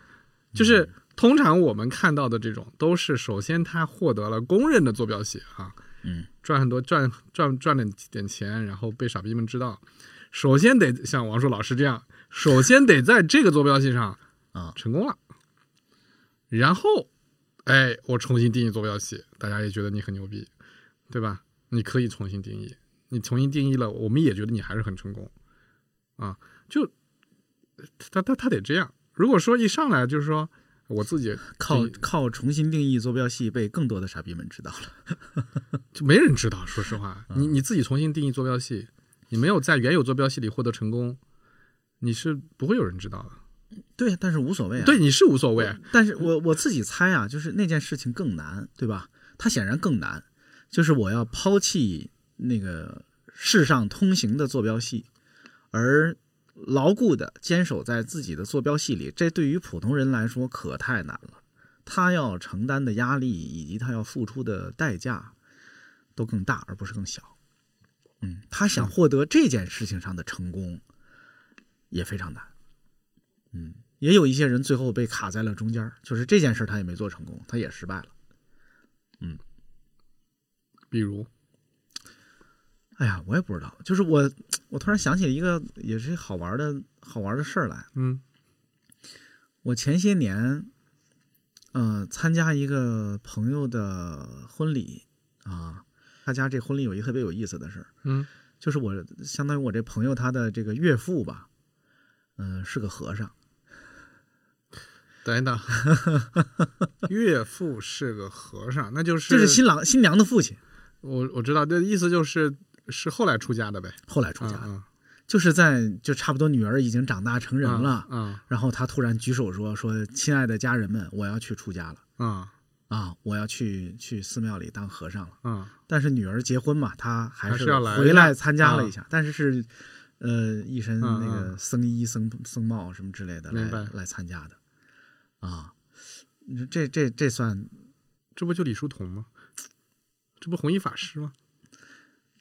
就是通常我们看到的这种，都是首先他获得了公认的坐标系啊，
嗯，
赚很多赚赚赚了点钱，然后被傻逼们知道。首先得像王朔老师这样，首先得在这个坐标系上
啊
成功了，然后，哎，我重新定义坐标系，大家也觉得你很牛逼，对吧？你可以重新定义，你重新定义了，我们也觉得你还是很成功，啊，就他他他得这样。如果说一上来就是说我自己
靠
定义
靠重新定义坐标系被更多的傻逼们知道了。
就没人知道，说实话，你你自己重新定义坐标系，你没有在原有坐标系里获得成功，你是不会有人知道的。
对，但是无所谓、啊。
对，，你是无所谓，
但是我我自己猜啊，就是那件事情更难，对吧？它显然更难，就是我要抛弃那个世上通行的坐标系，而牢固的坚守在自己的坐标系里，这对于普通人来说可太难了。他要承担的压力以及他要付出的代价都更大，而不是更小。嗯，他想获得这件事情上的成功也非常难。嗯，也有一些人最后被卡在了中间儿，就是这件事他也没做成功，他也失败了。
比如
哎呀，我也不知道，就是我，我突然想起了一个也是好玩的好玩的事儿来。
嗯
我前些年，呃，参加一个朋友的婚礼，啊。他家这婚礼有一个特别有意思的事儿，
嗯
就是我相当于我这朋友他的这个岳父吧，嗯、是个和尚，
等 <laughs> 一等，岳父是个和尚，那就是
这是新郎新娘的父亲，
我我知道，这意思就是是后来出家的呗，
后来出家的，
啊
就是在就差不多女儿已经长大成人了，
啊
然后他突然举手说说亲爱的家人们，我要去出家了
啊
啊，我要去去寺庙里当和尚了。
啊！
但是女儿结婚嘛，他还
还是要来
回
的
来参加了一下，但是是呃一身
嗯
那个僧衣僧僧帽什么之类的来
明白
来参加的啊，你说这这这算
这不就李叔同吗？这不弘一法师吗？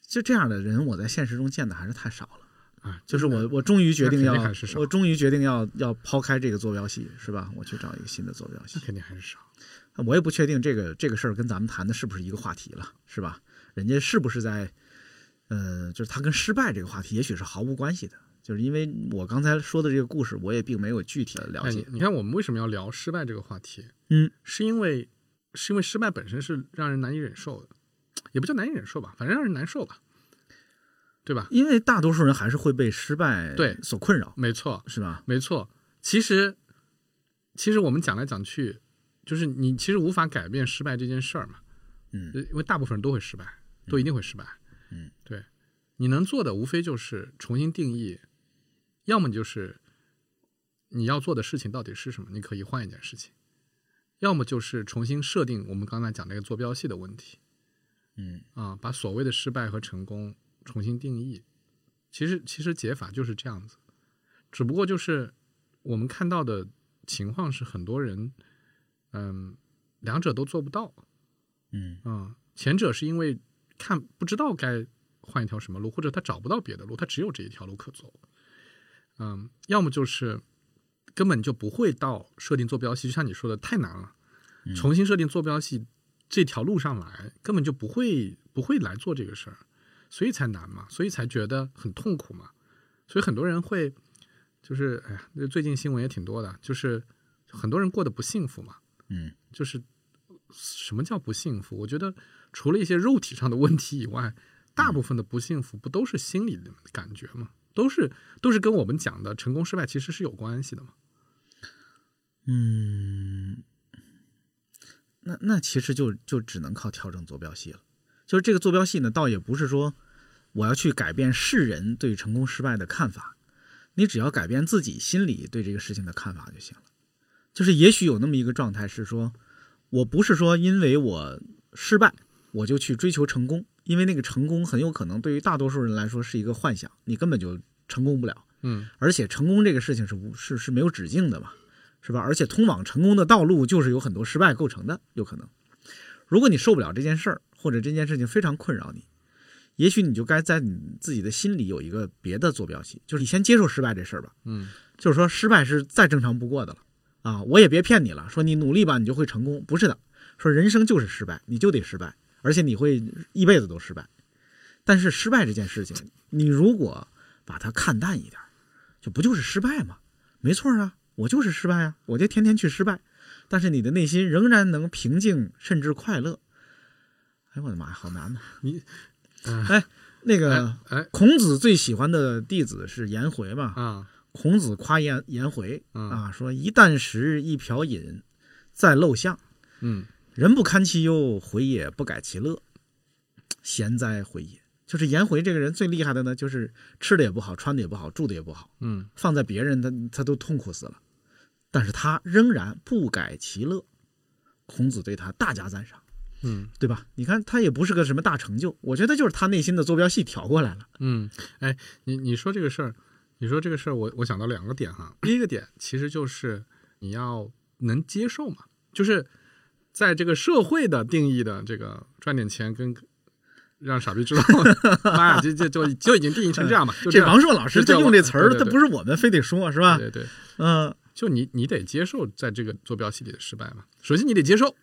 就这样的人，我在现实中见的还是太少了。
啊，
就是
真的
我，我终于决定要
那肯定还是，少
我终于决定要要抛开这个坐标系，是吧？我去找一个新的坐标系
那。肯定还是少。
我也不确定这个这个事儿跟咱们谈的是不是一个话题了，是吧？人家是不是在，呃，就是他跟失败这个话题，也许是毫无关系的。就是因为我刚才说的这个故事，我也并没有具体的了
哎
解。
你你看，我们为什么要聊失败这个话题？
嗯，
是因为是因为失败本身是让人难以忍受的，也不叫难以忍受吧，反正让人难受吧，对吧？
因为大多数人还是会被失败
对
所困扰，
没错，
是吧？
没错。其实，其实我们讲来讲去，就是你其实无法改变失败这件事儿嘛，
嗯
呃因为大部分人都会失败，都一定会失败。
嗯，
对，你能做的无非就是重新定义，要么就是你要做的事情到底是什么，你可以换一件事情，要么就是重新设定我们刚才讲那个坐标系的问题
嗯
啊，把所谓的失败和成功重新定义。其实，其实解法就是这样子，只不过就是我们看到的情况是很多人，嗯，两者都做不到。
嗯
嗯，前者是因为看不知道该换一条什么路，或者他找不到别的路，他只有这一条路可走。嗯，要么就是根本就不会到设定坐标系，就像你说的太难了，重新设定坐标系这条路上来，根本就不会不会来做这个事儿，所以才难嘛，所以才觉得很痛苦嘛，所以很多人会就是哎呀，那最近新闻也挺多的，就是很多人过得不幸福嘛，
嗯
就是什么叫不幸福？我觉得除了一些肉体上的问题以外，大部分的不幸福不都是心理的感觉吗？都是都是跟我们讲的成功失败其实是有关系的嘛。
嗯，那那其实就就只能靠调整坐标系了。就是这个坐标系呢，倒也不是说我要去改变世人对成功失败的看法，你只要改变自己心里对这个事情的看法就行了。就是也许有那么一个状态是说，我不是说因为我失败我就去追求成功，因为那个成功很有可能对于大多数人来说是一个幻想，你根本就成功不了。
嗯，
而且成功这个事情是无是是没有止境的嘛，是吧？而且通往成功的道路就是由很多失败构成的，有可能。如果你受不了这件事儿，或者这件事情非常困扰你，也许你就该在你自己的心里有一个别的坐标系，就是你先接受失败这事儿吧。
嗯，
就是说失败是再正常不过的了啊！我也别骗你了，说你努力吧，你就会成功，不是的。说人生就是失败，你就得失败，而且你会一辈子都失败。但是失败这件事情，你如果把它看淡一点儿，就不就是失败吗？没错啊，我就是失败啊，我就天天去失败。但是你的内心仍然能平静，甚至快乐。哎，我的妈呀，好难呐、
你
那个
哎哎
孔子最喜欢的弟子是颜回嘛？
啊
孔子夸颜颜回
嗯
啊，说一箪食，一瓢饮，在陋巷。
嗯
人不堪其忧，回也不改其乐，贤哉回也。就是颜回这个人最厉害的呢，就是吃的也不好，穿的也不好，住的也不好，
嗯
放在别人他他都痛苦死了，但是他仍然不改其乐。孔子对他大加赞赏，
嗯
对吧？你看他也不是个什么大成就，我觉得就是他内心的坐标系调过来了。
嗯，哎，你你说这个事儿，你说这个事儿，我我想到两个点哈。第一个点其实就是你要能接受嘛，就是在这个社会的定义的这个赚点钱跟。让傻逼知道， <laughs> 妈呀，这这就就已经定义成这样吧。就
这
样
王朔老师
就这
他
样
用
吧
这词儿，
对
他
对
不是我们非得说，是吧？
对对，对
嗯
就你你得接受在这个坐标系里的失败嘛。首先你得接受，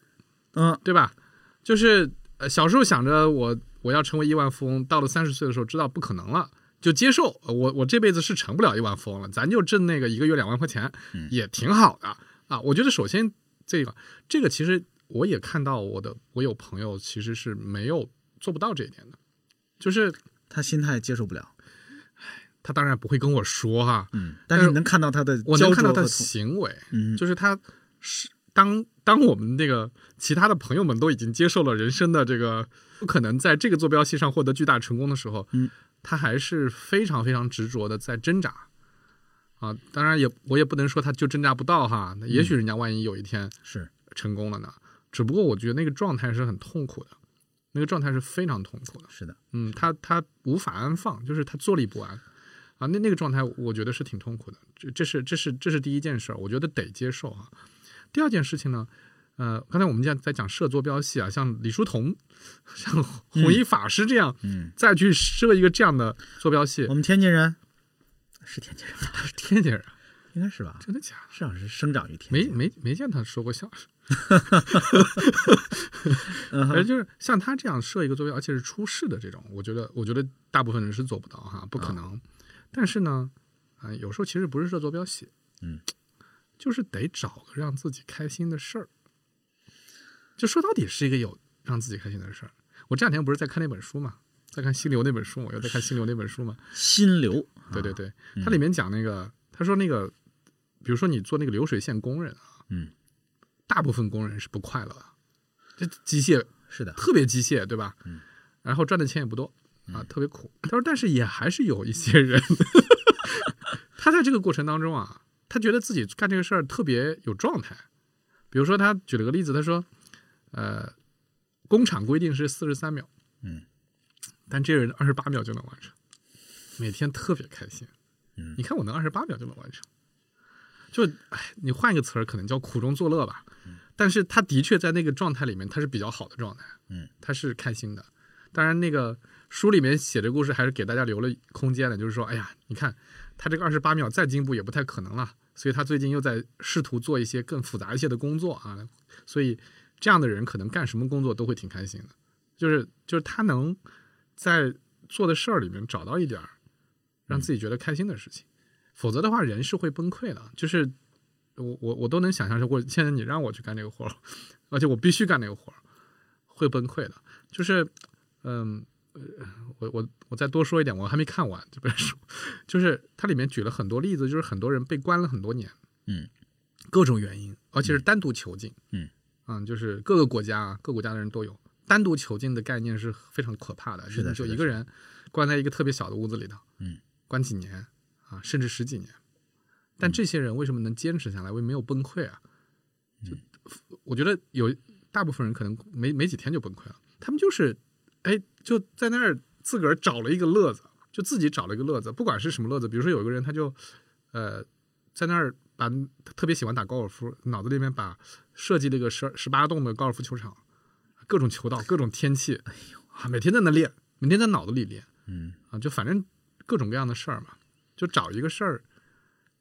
嗯
对吧？就是呃小时候想着我我要成为亿万富翁，到了三十岁的时候知道不可能了，就接受呃我我这辈子是成不了亿万富翁了，咱就挣那个一个月两万块钱也挺好的啊。我觉得首先这个这个其实我也看到我的，我有朋友其实是没有做不到这一点的，就是
他心态接受不了，
他当然不会跟我说哈、
嗯，
但
但
是
是你能看到他的
我
焦
能看到
灼
他的
和痛，
行为，
嗯，
就是他是当当我们这个其他的朋友们都已经接受了人生的这个不可能在这个坐标系上获得巨大成功的时候，
嗯，
他还是非常非常执着的在挣扎。啊，当然也我也不能说他就挣扎不到哈，那
嗯
也许人家万一有一天
是
成功了呢。只不过我觉得那个状态是很痛苦的，那个状态是非常痛苦的。
是的，
嗯，他他无法安放，就是他坐立不安啊，那那个状态，我觉得是挺痛苦的。这这是这是这是第一件事儿，我觉得得接受啊。第二件事情呢，呃，刚才我们讲在讲设坐标系啊，像李叔同、像弘一法师这样，
嗯，哦
再去设一个这样的坐标系
我，们天津人是天津人吧？
天津人
<laughs> 应该是吧？
真的假的？
至少是生长于天
没
津，
没没见他说过相
<laughs>
声，
嗯
而
哼
就是像他这样设一个坐标，而且是出世的这种，我觉得我觉得大部分人是做不到哈，不
啊
可能。但是呢，啊、有时候其实不是设坐标系，
嗯，
就是得找个让自己开心的事儿。就说到底是一个有让自己开心的事儿。我这两天不是在看那本书嘛，在看心流那本书嘛，我又在看心流那本书嘛。
心流，
对
啊
对，对，它里面讲那个，他说那个，比如说你做那个流水线工人啊，
嗯，
大部分工人是不快乐的，这机械
是的，
特别机械，对吧？
嗯，
然后赚的钱也不多啊，特别苦。他说，但是也还是有一些人， <laughs> 他在这个过程当中啊，他觉得自己干这个事儿特别有状态。比如说，他举了个例子，他说，呃，工厂规定是四十三秒，
嗯，
但这个人二十八秒就能完成，每天特别开心。
嗯
你看我能二十八秒就能完成，就哎，你换一个词儿，可能叫苦中作乐吧。
嗯
但是他的确在那个状态里面，他是比较好的状态。他是开心的。当然，那个书里面写这故事还是给大家留了空间的，就是说，哎呀，你看他这个二十八秒再进步也不太可能了，所以他最近又在试图做一些更复杂一些的工作啊。所以这样的人可能干什么工作都会挺开心的，就是就是他能在做的事儿里面找到一点儿让自己觉得开心的事情，否则的话人是会崩溃的。就是我我我都能想象，如果现在你让我去干这个活儿，而且我必须干这个活儿，会崩溃的。就是，嗯，呃我我我再多说一点，我还没看完这本书，就是它里面举了很多例子，就是很多人被关了很多年，
嗯，
各种原因，而且是单独囚禁，
嗯
嗯，就是各个国家啊，各国家的人都有单独囚禁的概念是非常可怕的，
是的
你就是
的
一个人关在一个特别小的屋子里头，
嗯，
关几年啊，甚至十几年，
嗯
但这些人为什么能坚持下来，为什么没有崩溃啊？
嗯
就我觉得有大部分人可能没没几天就崩溃了，他们就是哎就在那儿自个儿找了一个乐子，就自己找了一个乐子，不管是什么乐子，比如说有一个人他就呃在那儿把他特别喜欢打高尔夫，脑子里面把设计了一个十十八洞的高尔夫球场，各种球道，各种天气，哎呦啊，每天在那练，每天在脑子里练
嗯，
啊，就反正各种各样的事儿嘛，就找一个事儿，
嗯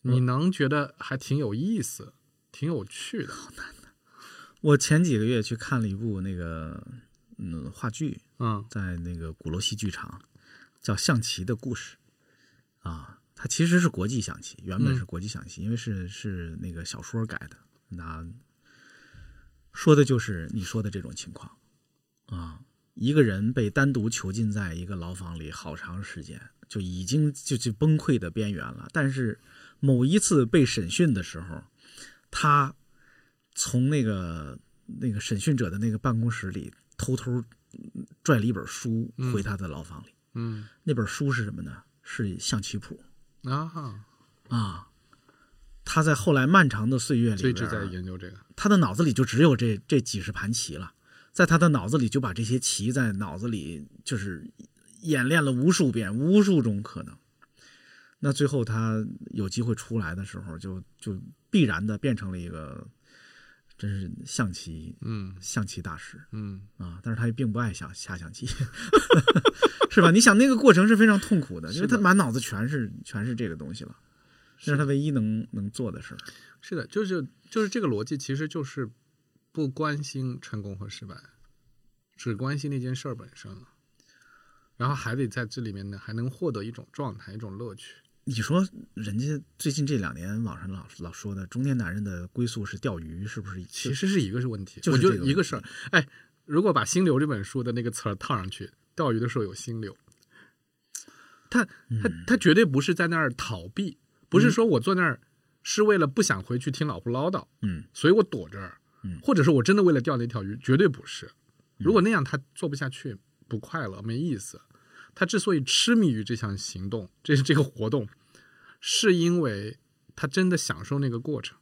你能觉得还挺有意思，挺有趣的，
我前几个月去看了一部那个嗯话剧，
嗯
在那个鼓楼西剧场，叫《象棋的故事》啊，它其实是国际象棋，原本
嗯
是国际象棋，因为是是那个小说改的，那说的就是你说的这种情况啊，一个人被单独囚禁在一个牢房里好长时间，就已经就就崩溃的边缘了，但是某一次被审讯的时候，他从那个那个审讯者的那个办公室里偷偷嗯拽了一本书
嗯
回他的牢房里。
嗯
那本书是什么呢？是象棋谱
啊，
啊。他在后来漫长的岁月
所以
里
一直
边
在
儿，
研究这个，
他的脑子里就只有这这几十盘棋了，在他的脑子里就把这些棋在脑子里就是演练了无数遍，无数种可能。那最后他有机会出来的时候就，就必然的变成了一个，真是象棋
嗯
象棋大师
嗯，
啊！但是他也并不爱下下象棋， <laughs> 是吧？你想那个过程是非常痛苦的，因为
是的
他满脑子全是全是这个东西了，那是他唯一能能做的事儿。
是的，就是就是这个逻辑，其实就是不关心成功和失败，只关心那件事儿本身了。然后还得在这里面呢，还能获得一种状态，一种乐趣。
你说人家最近这两年网上老老说的中年男人的归宿是钓鱼，是不是？
其实是一个是问题，
就是
我
这
觉
个
得
问
一个
题
事儿。哎，如果把“心流”这本书的那个词儿套上去，钓鱼的时候有心流，他
嗯
他他绝对不是在那儿逃避，不是说我坐那儿是为了不想回去听老婆唠叨，
嗯，
所以我躲这儿，
嗯
或者是我真的为了钓那条鱼，绝对不是。如果那样，他做不下去，不快乐，没意思。他之所以痴迷于这项行动，这这个活动，是因为他真的享受那个过程。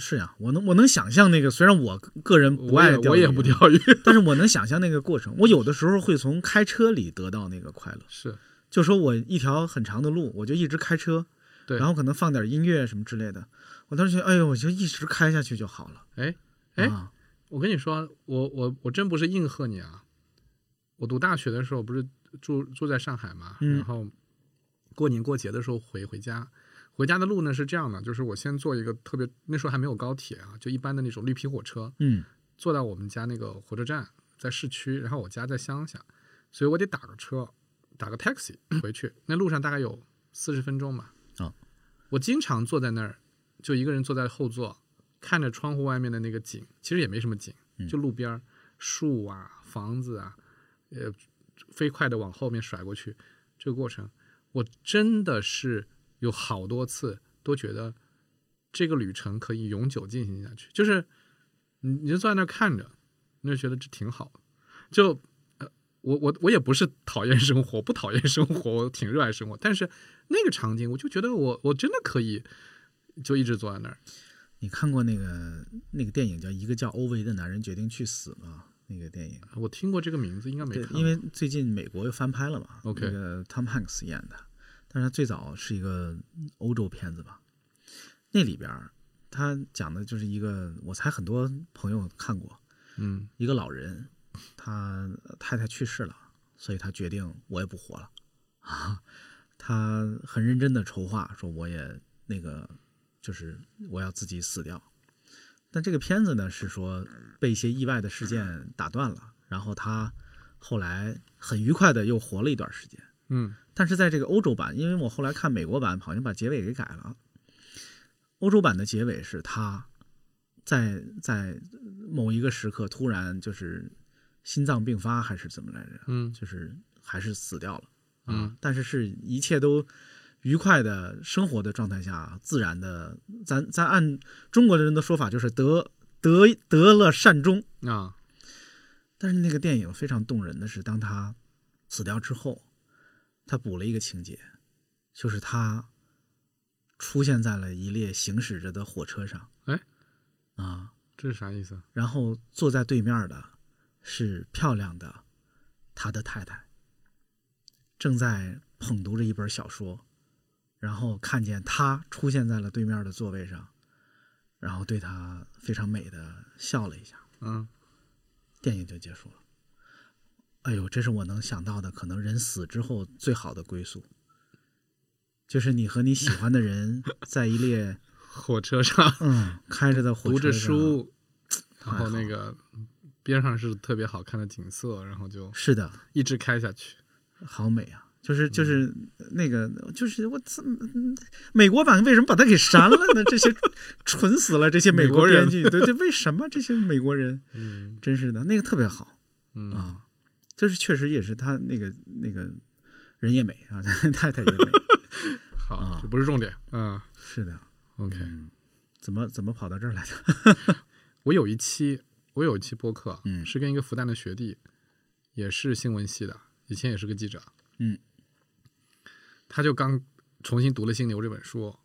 是呀，我能我能想象那个，虽然我个人不
我
爱
也
钓
我也不，
<laughs>
钓鱼，
但是我能想象那个过程。我有的时候会从开车里得到那个快乐，
是
就说我一条很长的路，我就一直开车，
对。
然后可能放点音乐什么之类的。我当时觉得，哎呦，我就一直开下去就好了。
哎哎
啊
我跟你说，我我我真不是应和你啊！我读大学的时候不是住住在上海嘛，
嗯
然后过年过节的时候回回家，回家的路呢是这样的，就是我先坐一个特别那时候还没有高铁啊，就一般的那种绿皮火车，
嗯
坐到我们家那个火车站，在市区，然后我家在乡下，所以我得打个车，打个 taxi 回去。那路上大概有四十分钟吧。
啊
我经常坐在那儿，就一个人坐在后座，看着窗户外面的那个景，其实也没什么景，就路边儿树啊、房子啊，呃，飞快的往后面甩过去，这个过程，我真的是有好多次都觉得这个旅程可以永久进行下去，就是你你就坐在那儿看着，你就觉得这挺好的，就。呃我我我也不是讨厌生活，不讨厌生活，我挺热爱生活。但是那个场景，我就觉得我我真的可以就一直坐在那儿。
你看过那个那个电影叫《一个叫欧维的男人决定去死》吗？那个电影，
我听过这个名字，应该没
对，
看过。
因为最近美国又翻拍了嘛。
OK
那个 Tom Hanks 演的，但是他最早是一个欧洲片子吧？那里边儿他讲的就是一个，我猜很多朋友看过，
嗯
一个老人，他太太去世了，所以他决定我也不活了 <laughs> 啊。他很认真的筹划，说我也那个就是我要自己死掉。但这个片子呢是说被一些意外的事件打断了，然后他后来很愉快的又活了一段时间。
嗯
但是在这个欧洲版，因为我后来看美国版，好像把结尾给改了。欧洲版的结尾是他在在某一个时刻突然就是心脏病发还是怎么来着，
嗯
就是还是死掉了啊。
嗯
但是是一切都愉快的生活的状态下，自然的，咱咱按中国人的说法就是得得得了善终。
啊
但是那个电影非常动人的是，当他死掉之后，他补了一个情节，就是他出现在了一列行驶着的火车上。
哎，
啊，
这是啥意思？
然后坐在对面的是漂亮的他的太太，正在捧读着一本小说，然后看见他出现在了对面的座位上，然后对他非常美的笑了一下。
嗯
电影就结束了。哎呦，这是我能想到的，可能人死之后最好的归宿，就是你和你喜欢
<laughs>
的人在一列
火车上
嗯开着的火车
读着
上。
书，然
好
后那个边上是特别好看的景色，然后就是
的，
一直开下去。
好美啊！就是
嗯
就是那个就是我怎么美国版为什么把它给删了呢？这
<laughs>
些蠢死了，这些美
美
国
国
编
人
剧，对对，为什么这些美国人
嗯
真是的？那个特别好，
嗯，
啊，就是确实也是他那个那个人也美啊， <laughs> 太太也美，
好
啊，
这不是重点。嗯
是的。
，OK。
怎么怎么跑到这儿来的？ <laughs>
我有一期，我有一期播客，
嗯
是跟一个复旦的学弟，也是新闻系的，以前也是个记者，
嗯，
他就刚重新读了《心流》这本书，
我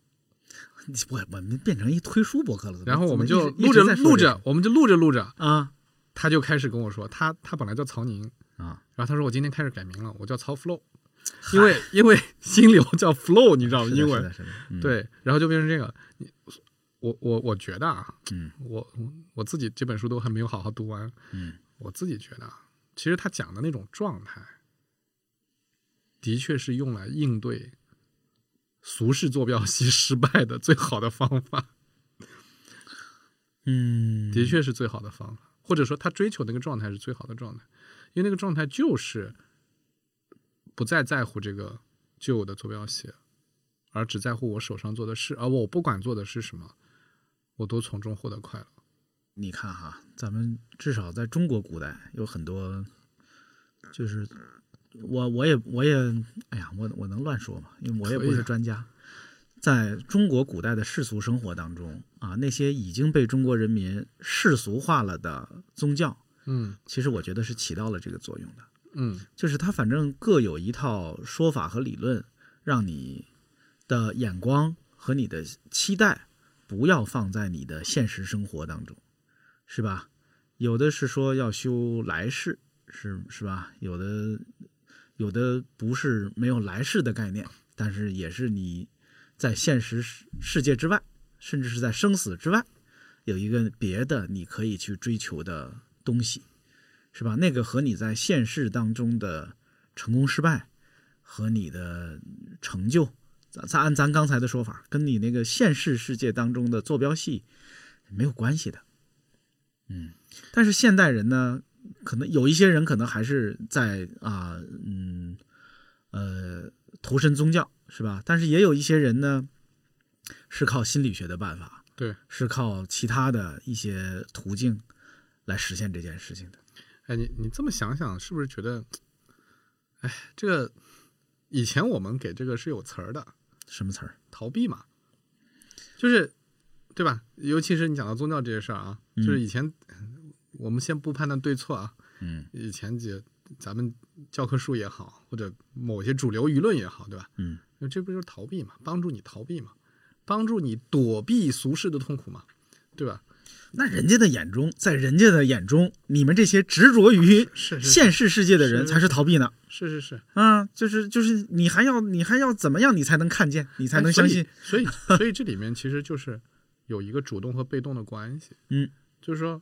我们变成一推书博客了。怎么
然后我们
怎么
就
一直
录着
一直在说
录
这个
着，我们就录着录着，
啊
他就开始跟我说，他他本来叫曹宁，
啊，
然后他说我今天开始改名了，我叫曹 flow，因为因为心流叫 flow，你知道吗？
啊是
哦英
的是
文
的是的，嗯，
对，然后就变成这个。你我我我觉得啊，
嗯，
我我自己这本书都还没有好好读完，
嗯，
我自己觉得啊，其实他讲的那种状态，的确是用来应对俗世坐标系失败的最好的方法，
嗯，
的确是最好的方法，或者说他追求那个状态是最好的状态，因为那个状态就是不再在乎这个旧的坐标系，而只在乎我手上做的事，而我不管做的是什么，我都从中获得快乐。
你看哈，咱们至少在中国古代有很多，就是我我也我也，哎呀，我我能乱说吗？因为我也
可以
不是
啊
专家。在中国古代的世俗生活当中啊，那些已经被中国人民世俗化了的宗教，
嗯
其实我觉得是起到了这个作用的。
嗯
就是它反正各有一套说法和理论，让你的眼光和你的期待不要放在你的现实生活当中，是吧？有的是说要修来世，是是吧？有的有的不是没有来世的概念，但是也是你在现实世世界之外，甚至是在生死之外，有一个别的你可以去追求的东西。是吧？那个和你在现世当中的成功、失败和你的成就，咱咱按咱刚才的说法，跟你那个现实世界当中的坐标系没有关系的。嗯，但是现代人呢，可能有一些人可能还是在啊、嗯，呃，投身宗教是吧？但是也有一些人呢，是靠心理学的办法，
对，
是靠其他的一些途径来实现这件事情的。
哎，你你这么想想，是不是觉得，哎，这个以前我们给这个是有词儿的，
什么词儿？
逃避嘛，就是对吧？尤其是你讲到宗教这些事儿啊，就是
嗯
以前我们先不判断对错啊，
嗯
以前也咱们教科书也好，或者某些主流舆论也好，对吧？
嗯
那这不就是逃避嘛？帮助你逃避嘛？帮助你躲避俗世的痛苦嘛？对吧？，
那人家的眼中，在人家的眼中，你们这些执着于
<laughs> 是是
现实世界的人
是
才是逃避呢。
是是是，
啊，就是就是，你还要你还要怎么样，你才能看见，你才能
哎所
相
以 <laughs>
信。
所以所以这里面其实就是有一个主动和被动的关系。
<laughs> 嗯，
就是说，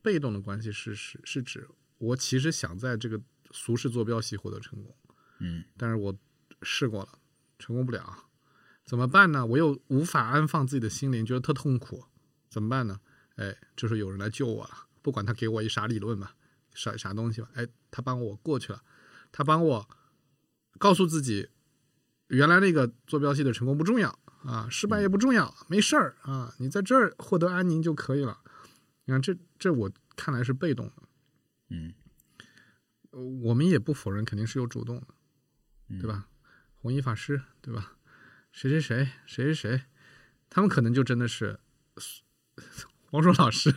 被动的关系是是是指我其实想在这个俗世坐标系获得成功，
嗯
但是我试过了，成功不了，怎么办呢？我又无法安放自己的心灵，觉得特痛苦，怎么办呢？哎，这时候有人来救我了，不管他给我一啥理论吧，啥啥东西吧，哎，他帮我过去了，他帮我告诉自己，原来那个坐标系的成功不重要啊，失败也不重要，没事儿啊，你在这儿获得安宁就可以了。你看这这我看来是被动的，
嗯
呃我们也不否认肯定是有主动的。
嗯
对？吧？弘一法师，对吧？谁谁谁谁谁谁，他们可能就真的是 <laughs> 王朔老师。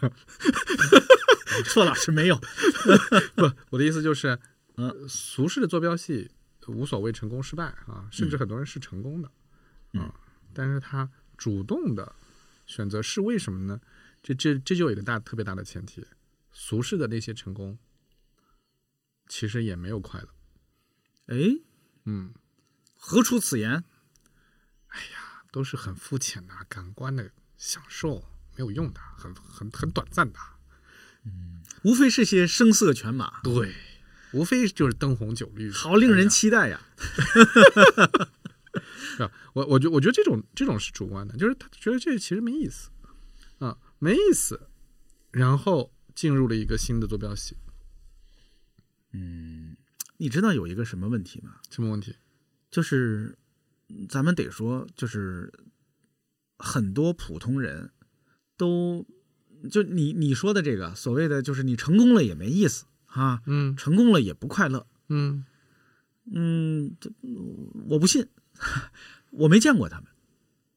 错老师没有。
不， <coughs> 我的意思就是，呃
嗯，
俗世的坐标系无所谓成功失败啊，甚至
嗯
很多人是成功的，
嗯
啊，但是他主动的选择是为什么呢？这这这就有一个大特别大的前提，俗世的那些成功，其实也没有快乐，
哎，
嗯，
何出此言？
哎都是很肤浅的、感官的享受，没有用的，很很很短暂的。
无非是些声色犬马，
对，无非就是灯红酒绿，
好令人期待呀。
是吧？我我觉我觉得这种这种是主观的，就是他觉得这其实没意思啊，没意思，然后进入了一个新的坐标系，
嗯，你知道有一个什么问题吗？
什么问题？
就是嗯咱们得说，就是很多普通人都就你你说的这个所谓的，就是你成功了也没意思啊，
嗯
成功了也不快乐。
嗯
嗯，这我不信， <laughs> 我没见过他们。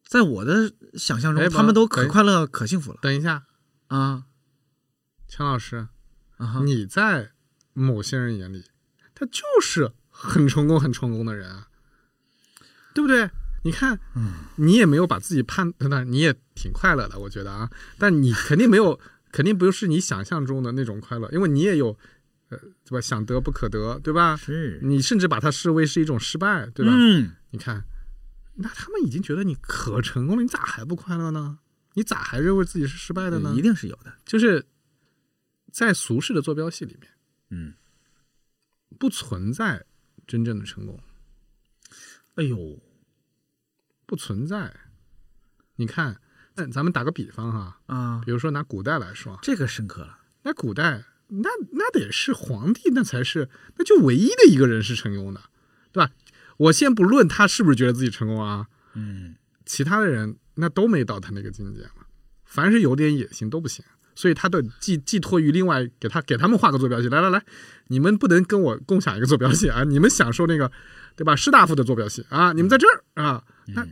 在我的想象
哎
中，
王
他们都可
哎
快乐、可幸福了
等一下，
啊
强老师，
啊哈！
你在某些人眼里，他就是很成功、很成功的人啊，对不对？你看，
嗯
你也没有把自己判，等等，你也挺快乐的，我觉得啊，但你肯定没
<laughs>
有，肯定不是你想象中的那种快乐，因为你也有，呃，对吧？想得不可得，对吧？
是，
你甚至把它视为是一种失败，啊对吧？
嗯，
你看，那他们已经觉得你可成功了，你咋还不快乐呢？你咋还认为自己是失败的呢
一？定是有的。
就是在俗世的坐标系里面。
嗯，
不存在真正的成功，
哎呦，
不存在。你看，那咱们打个比方哈，
啊，
比如说拿古代来说，
这个深刻了。
那古代那那得是皇帝，那才是那就唯一的一个人是成功的，对吧？我先不论他是不是觉得自己成功啊，
嗯，
其他的人那都没到他那个境界嘛。凡是有点野心都不行，所以他的寄寄托于另外给他给他们画个坐标系，来来来，你们不能跟我共享一个坐标系啊， <laughs> 你们享受那个对吧？士大夫的坐标系啊，你们在这儿啊，那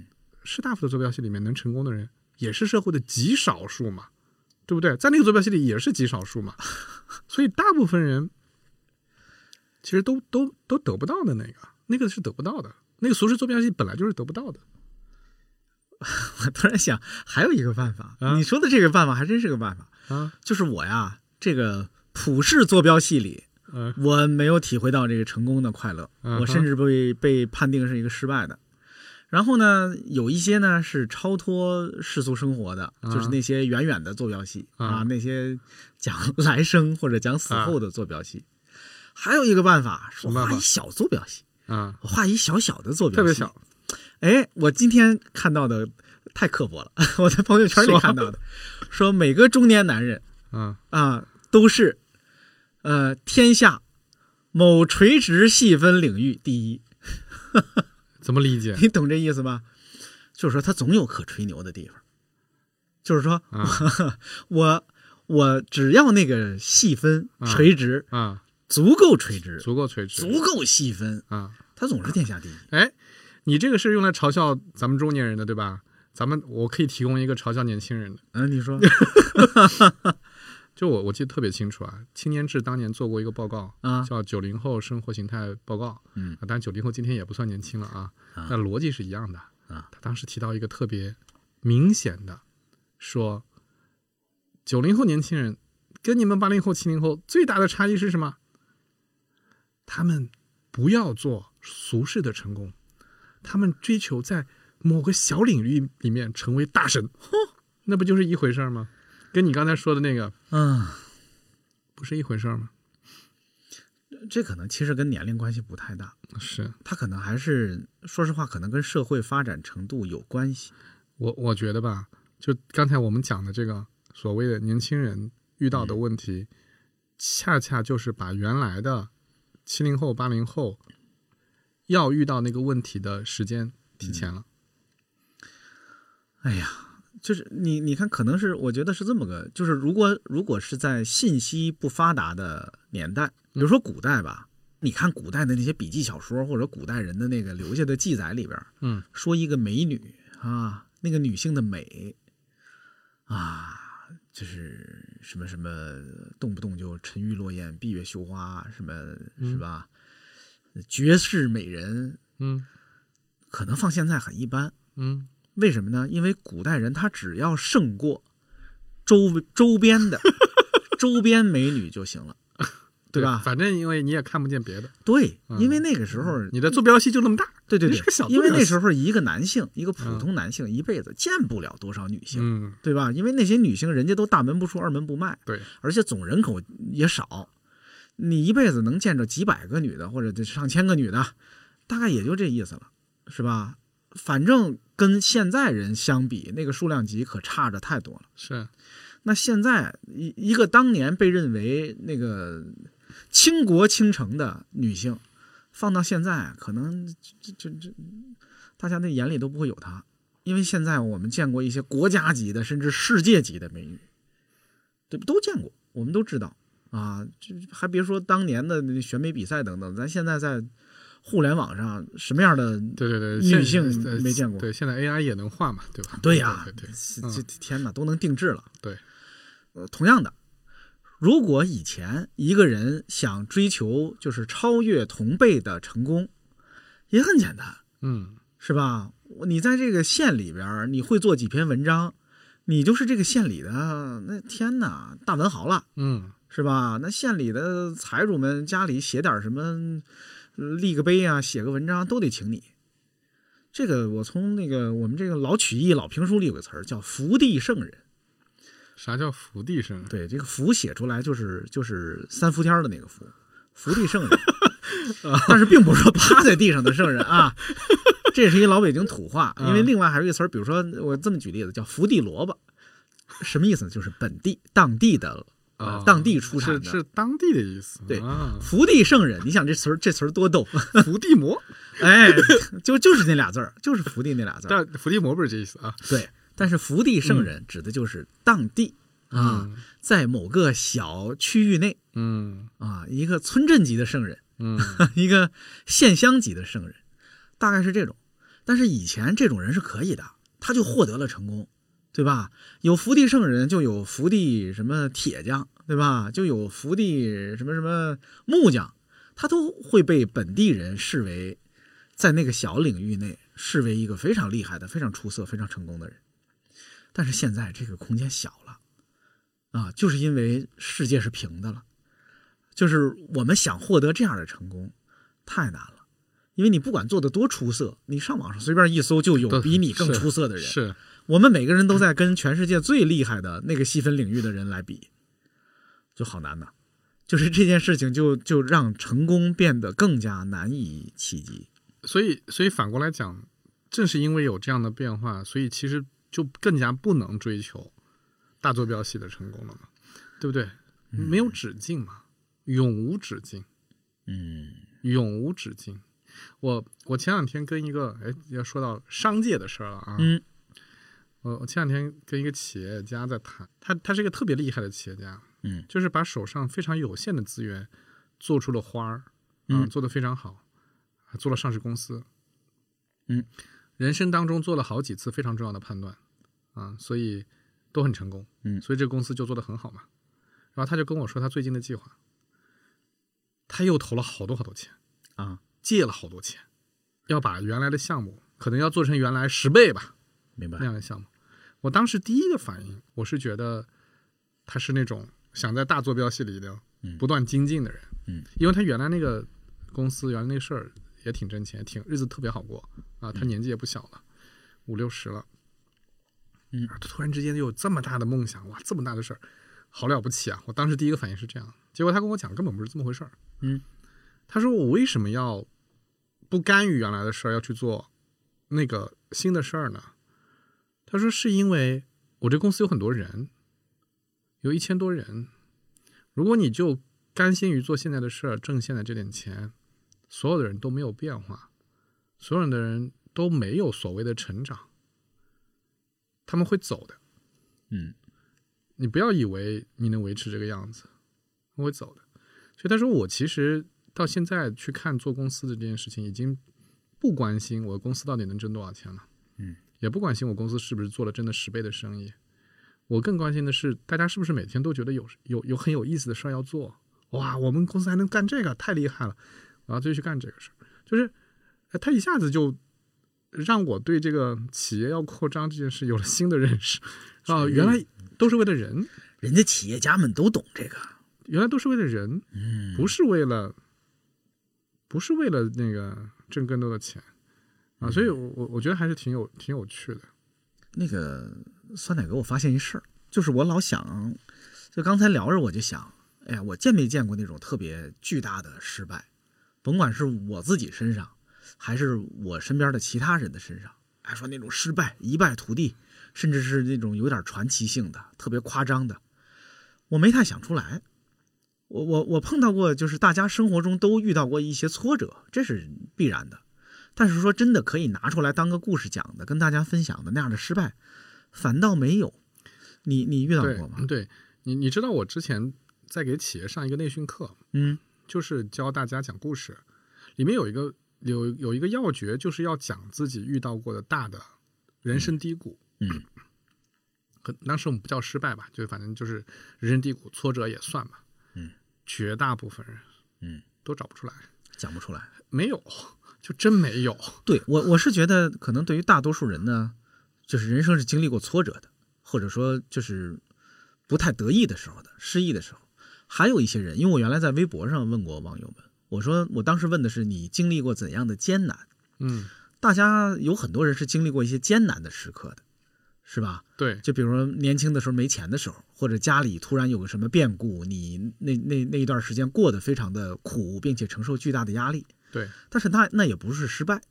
士大夫的坐标系里面能成功的人也是社会的极少数嘛，对不对？在那个坐标系里也是极少数嘛，所以大部分人其实都都都得不到的那个，那个是得不到的，那个俗世坐标系本来就是得不到的。
我突然想，还有一个办法，
啊
你说的这个办法还真是个办法，
啊，
就是我呀，这个普世坐标系里，
嗯
我没有体会到这个成功的快乐，
嗯哼
我甚至被被判定是一个失败的。然后呢，有一些呢是超脱世俗生活的，
啊
就是那些远远的坐标系
啊
啊，那些讲来生或者讲死后的坐标系。还有一个办法，是我
什么办
画
法
一小坐标系，
啊，
我画一小小的坐标系，
特别小。
哎，我今天看到的太刻薄了， <laughs> 我在朋友圈里看到的，说每个中年男人
啊
啊都是，呃，天下某垂直细分领域第一，
怎么理解？
你懂这意思吧？就是说他总有可吹牛的地方，就是说、
啊
我我只要那个细分
啊
垂直、
啊，
足够垂直，
足够垂直，
足够细分，
啊。
他总是天下第一。
哎，你这个是用来嘲笑咱们中年人的，对吧？咱们我可以提供一个嘲笑年轻人的，
嗯，你说
就我我记得特别清楚啊，青年志当年做过一个报告，
<laughs> 啊，
叫《九零后生活形态报告》。
嗯
啊，当然九零后今天也不算年轻了啊，
啊
那逻辑是一样的
啊。
他当时提到一个特别明显的，说九零后年轻人跟你们八零后、七零后最大的差异是什么？他们不要做俗世的成功，他们追求在某个小领域里面成为大神， <laughs> 那不就是一回事儿吗？跟你刚才说的那个
嗯，
不是一回事儿吗？
这可能其实跟年龄关系不太大，
是，
他可能还是说实话，可能跟社会发展程度有关系。
我我觉得吧，就刚才我们讲的这个所谓的年轻人遇到
嗯
的问题，恰恰就是把原来的七零后、八零后要遇到那个问题的时间提前了。
哎呀，就是你你看，可能是我觉得是这么个，就是如果如果是在信息不发达的年代，比如说古代吧，你看古代的那些笔记小说或者古代人的那个留下的记载里边，
嗯，
说一个美女啊，那个女性的美啊。就是什么什么，动不动就沉鱼落雁、闭月羞花，什么是吧？绝世美人，
嗯
可能放现在很一般，
嗯
为什么呢？因为古代人他只要胜过周周
<laughs>
边的周边美女就行了，对吧？
反正因为你也看不见别的，
对，
嗯
因为那个时候，
你的坐标系就那么大。
对对
你
对
是个小，嗯
因为
姑娘
那时候一个男性，一个普通男性，一辈子见不了多少女性，
嗯，
对吧？因为那些女性人家都大门不出二门不迈，
对，
而且总人口也少，你一辈子能见着几百个女的，或者这上千个女的，大概也就这意思了，是吧？反正跟现在人相比，那个数量级可差着太多了。
是
那现在一一个当年被认为那个倾国倾城的女性，放到现在，啊可能这这这大家的眼里都不会有她，因为现在我们见过一些国家级的，甚至世界级的美女，对吧？都见过，我们都知道啊。这还别说当年的那选美比赛等等，咱现在在互联网上什么样的
嗯对对对，
女
现
性
呃
没见过
对，现在 AI 也能画嘛，对吧？
对呀、
对对对
这
嗯
这天哪，都能定制了。
对，
呃，同样的，如果以前一个人想追求就是超越同辈的成功，也很简单，
嗯，
是吧？你在这个县里边儿，你会做几篇文章，你就是这个县里的那天哪大文豪了。
嗯
是吧？那县里的财主们家里写点什么，呃立个碑啊，写个文章都得请你。这个我从那个我们这个老曲艺、老评书里有个词儿叫“福地圣人
啥叫伏地生”，？
对，这个“福”写出来就是就是三伏天儿的那个“福”，福
<laughs>
地圣人。啊但是并不是说趴在地上的圣人啊，这是一老北京土话。因
嗯
为另外还有一个词儿，比如说我这么举例子，叫“福地萝卜”，什么意思呢？就是本地当地的啊
啊，
当地出产
是
的
是当地的意思，
对
啊
福地圣人，你想这词儿这词儿
<laughs>
多逗，
伏地魔，
哎， <laughs> 就就是那俩字儿，就是福地那俩字儿。
但伏地魔不是这意思啊，
对，但是福地圣人指的就是当地啊，
嗯
在某个小区域内
嗯
啊，一个村镇级的圣人， <laughs>
嗯
一个县乡级的圣人，大概是这种。但是以前这种人是可以的，他就获得了成功，对吧？有福地圣人，就有福地什么铁匠，对吧？就有福地什么什么木匠，他都会被本地人视为在那个小领域内视为一个非常厉害的、非常出色、非常成功的人。但是现在这个空间小了，啊，就是因为世界是平的了，就是我们想获得这样的成功太难了，因为你不管做的多出色，你上网上随便一搜就有
都
比你更
是
出色的
<laughs>
人。
是
我们每个人都在跟全世界最厉害的那个细分领域的人来比，就好难呐。就是这件事情就就让成功变得更加难以企及。
所以，所以反过来讲，正是因为有这样的变化，所以其实就更加不能追求大坐标系的成功了嘛，对不对？没有止境嘛，永无止境，
嗯
永无止境。我我前两天跟一个哎，要说到商界的事儿了啊，
嗯
我我前两天跟一个企业家在谈，他他是一个特别厉害的企业家，
嗯
就是把手上非常有限的资源做出了花儿，啊
嗯
做得非常好，还做了上市公司，
嗯，
人生当中做了好几次非常重要的判断，啊，所以都很成功，
嗯
所以这个公司就做得很好嘛。然后他就跟我说他最近的计划，他又投了好多好多钱，
啊，
借了好多钱，要把原来的项目可能要做成原来十倍吧，
明白
那。样的项目。我当时第一个反应，我是觉得他是那种想在大坐标系里的
嗯
不断精进的人，
嗯，
因为他原来那个公司原来那事儿也挺挣钱，挺日子特别好过啊，他年纪也不小了，五六十了，
嗯
啊，突然之间就有这么大的梦想，哇，这么大的事儿，好了不起啊！我当时第一个反应是这样，结果他跟我讲根本不是这么回事儿，
嗯，
他说我为什么要不甘于原来的事儿，要去做那个新的事儿呢？他说是因为我这公司有很多人，有一千多人，如果你就甘心于做现在的事儿，挣现在这点钱，所有的人都没有变化，所有的人都没有所谓的成长，他们会走的。
嗯
你不要以为你能维持这个样子，他会走的。所以他说，我其实到现在去看做公司的这件事情，已经不关心我公司到底能挣多少钱了，
嗯，
也不关心我公司是不是做了真的十倍的生意，我更关心的是大家是不是每天都觉得有有有很有意思的事儿要做，哇，我们公司还能干这个，太厉害了，然后就去干这个事儿，就是呃他一下子就。让我对这个企业要扩张这件事有了新的认识，啊，原来都是为了人，
人家企业家们都懂这个。
原来都是为了人，
嗯
不是为了，不是为了那个挣更多的钱啊，所以
嗯
我我我觉得还是挺有挺有趣的。
那个酸奶给我发现一事儿，就是我老想，就刚才聊着我就想，哎呀，我见没见过那种特别巨大的失败？甭管是我自己身上，还是我身边的其他人的身上，还说那种失败一败涂地，甚至是那种有点传奇性的、特别夸张的，我没太想出来。我我我碰到过，就是大家生活中都遇到过一些挫折，这是必然的。但是说真的，可以拿出来当个故事讲的，跟大家分享的那样的失败，反倒没有。你你遇到
对嗯
过吗？
对，你你知道我之前在给企业上一个内训课，
嗯
就是教大家讲故事，里面有一个有有一个要诀，就是要讲自己遇到过的大的人生低谷。
嗯
<clears throat> 可当时我们不叫失败吧，就反正就是人生低谷、挫折也算吧。
嗯，
绝大部分人
嗯，
都找不出来，
讲不出来。
没有，就真没有。
对我，我是觉得可能对于大多数人呢，就是人生是经历过挫折的，或者说就是不太得意的时候的失意的时候。还有一些人，因为我原来在微博上问过网友们，我说我当时问的是你经历过怎样的艰难？
嗯，
大家有很多人是经历过一些艰难的时刻的，是吧？
对，
就比如说年轻的时候没钱的时候，或者家里突然有个什么变故，你那那那一段时间过得非常的苦，并且承受巨大的压力。
对，
但是那那也不是失败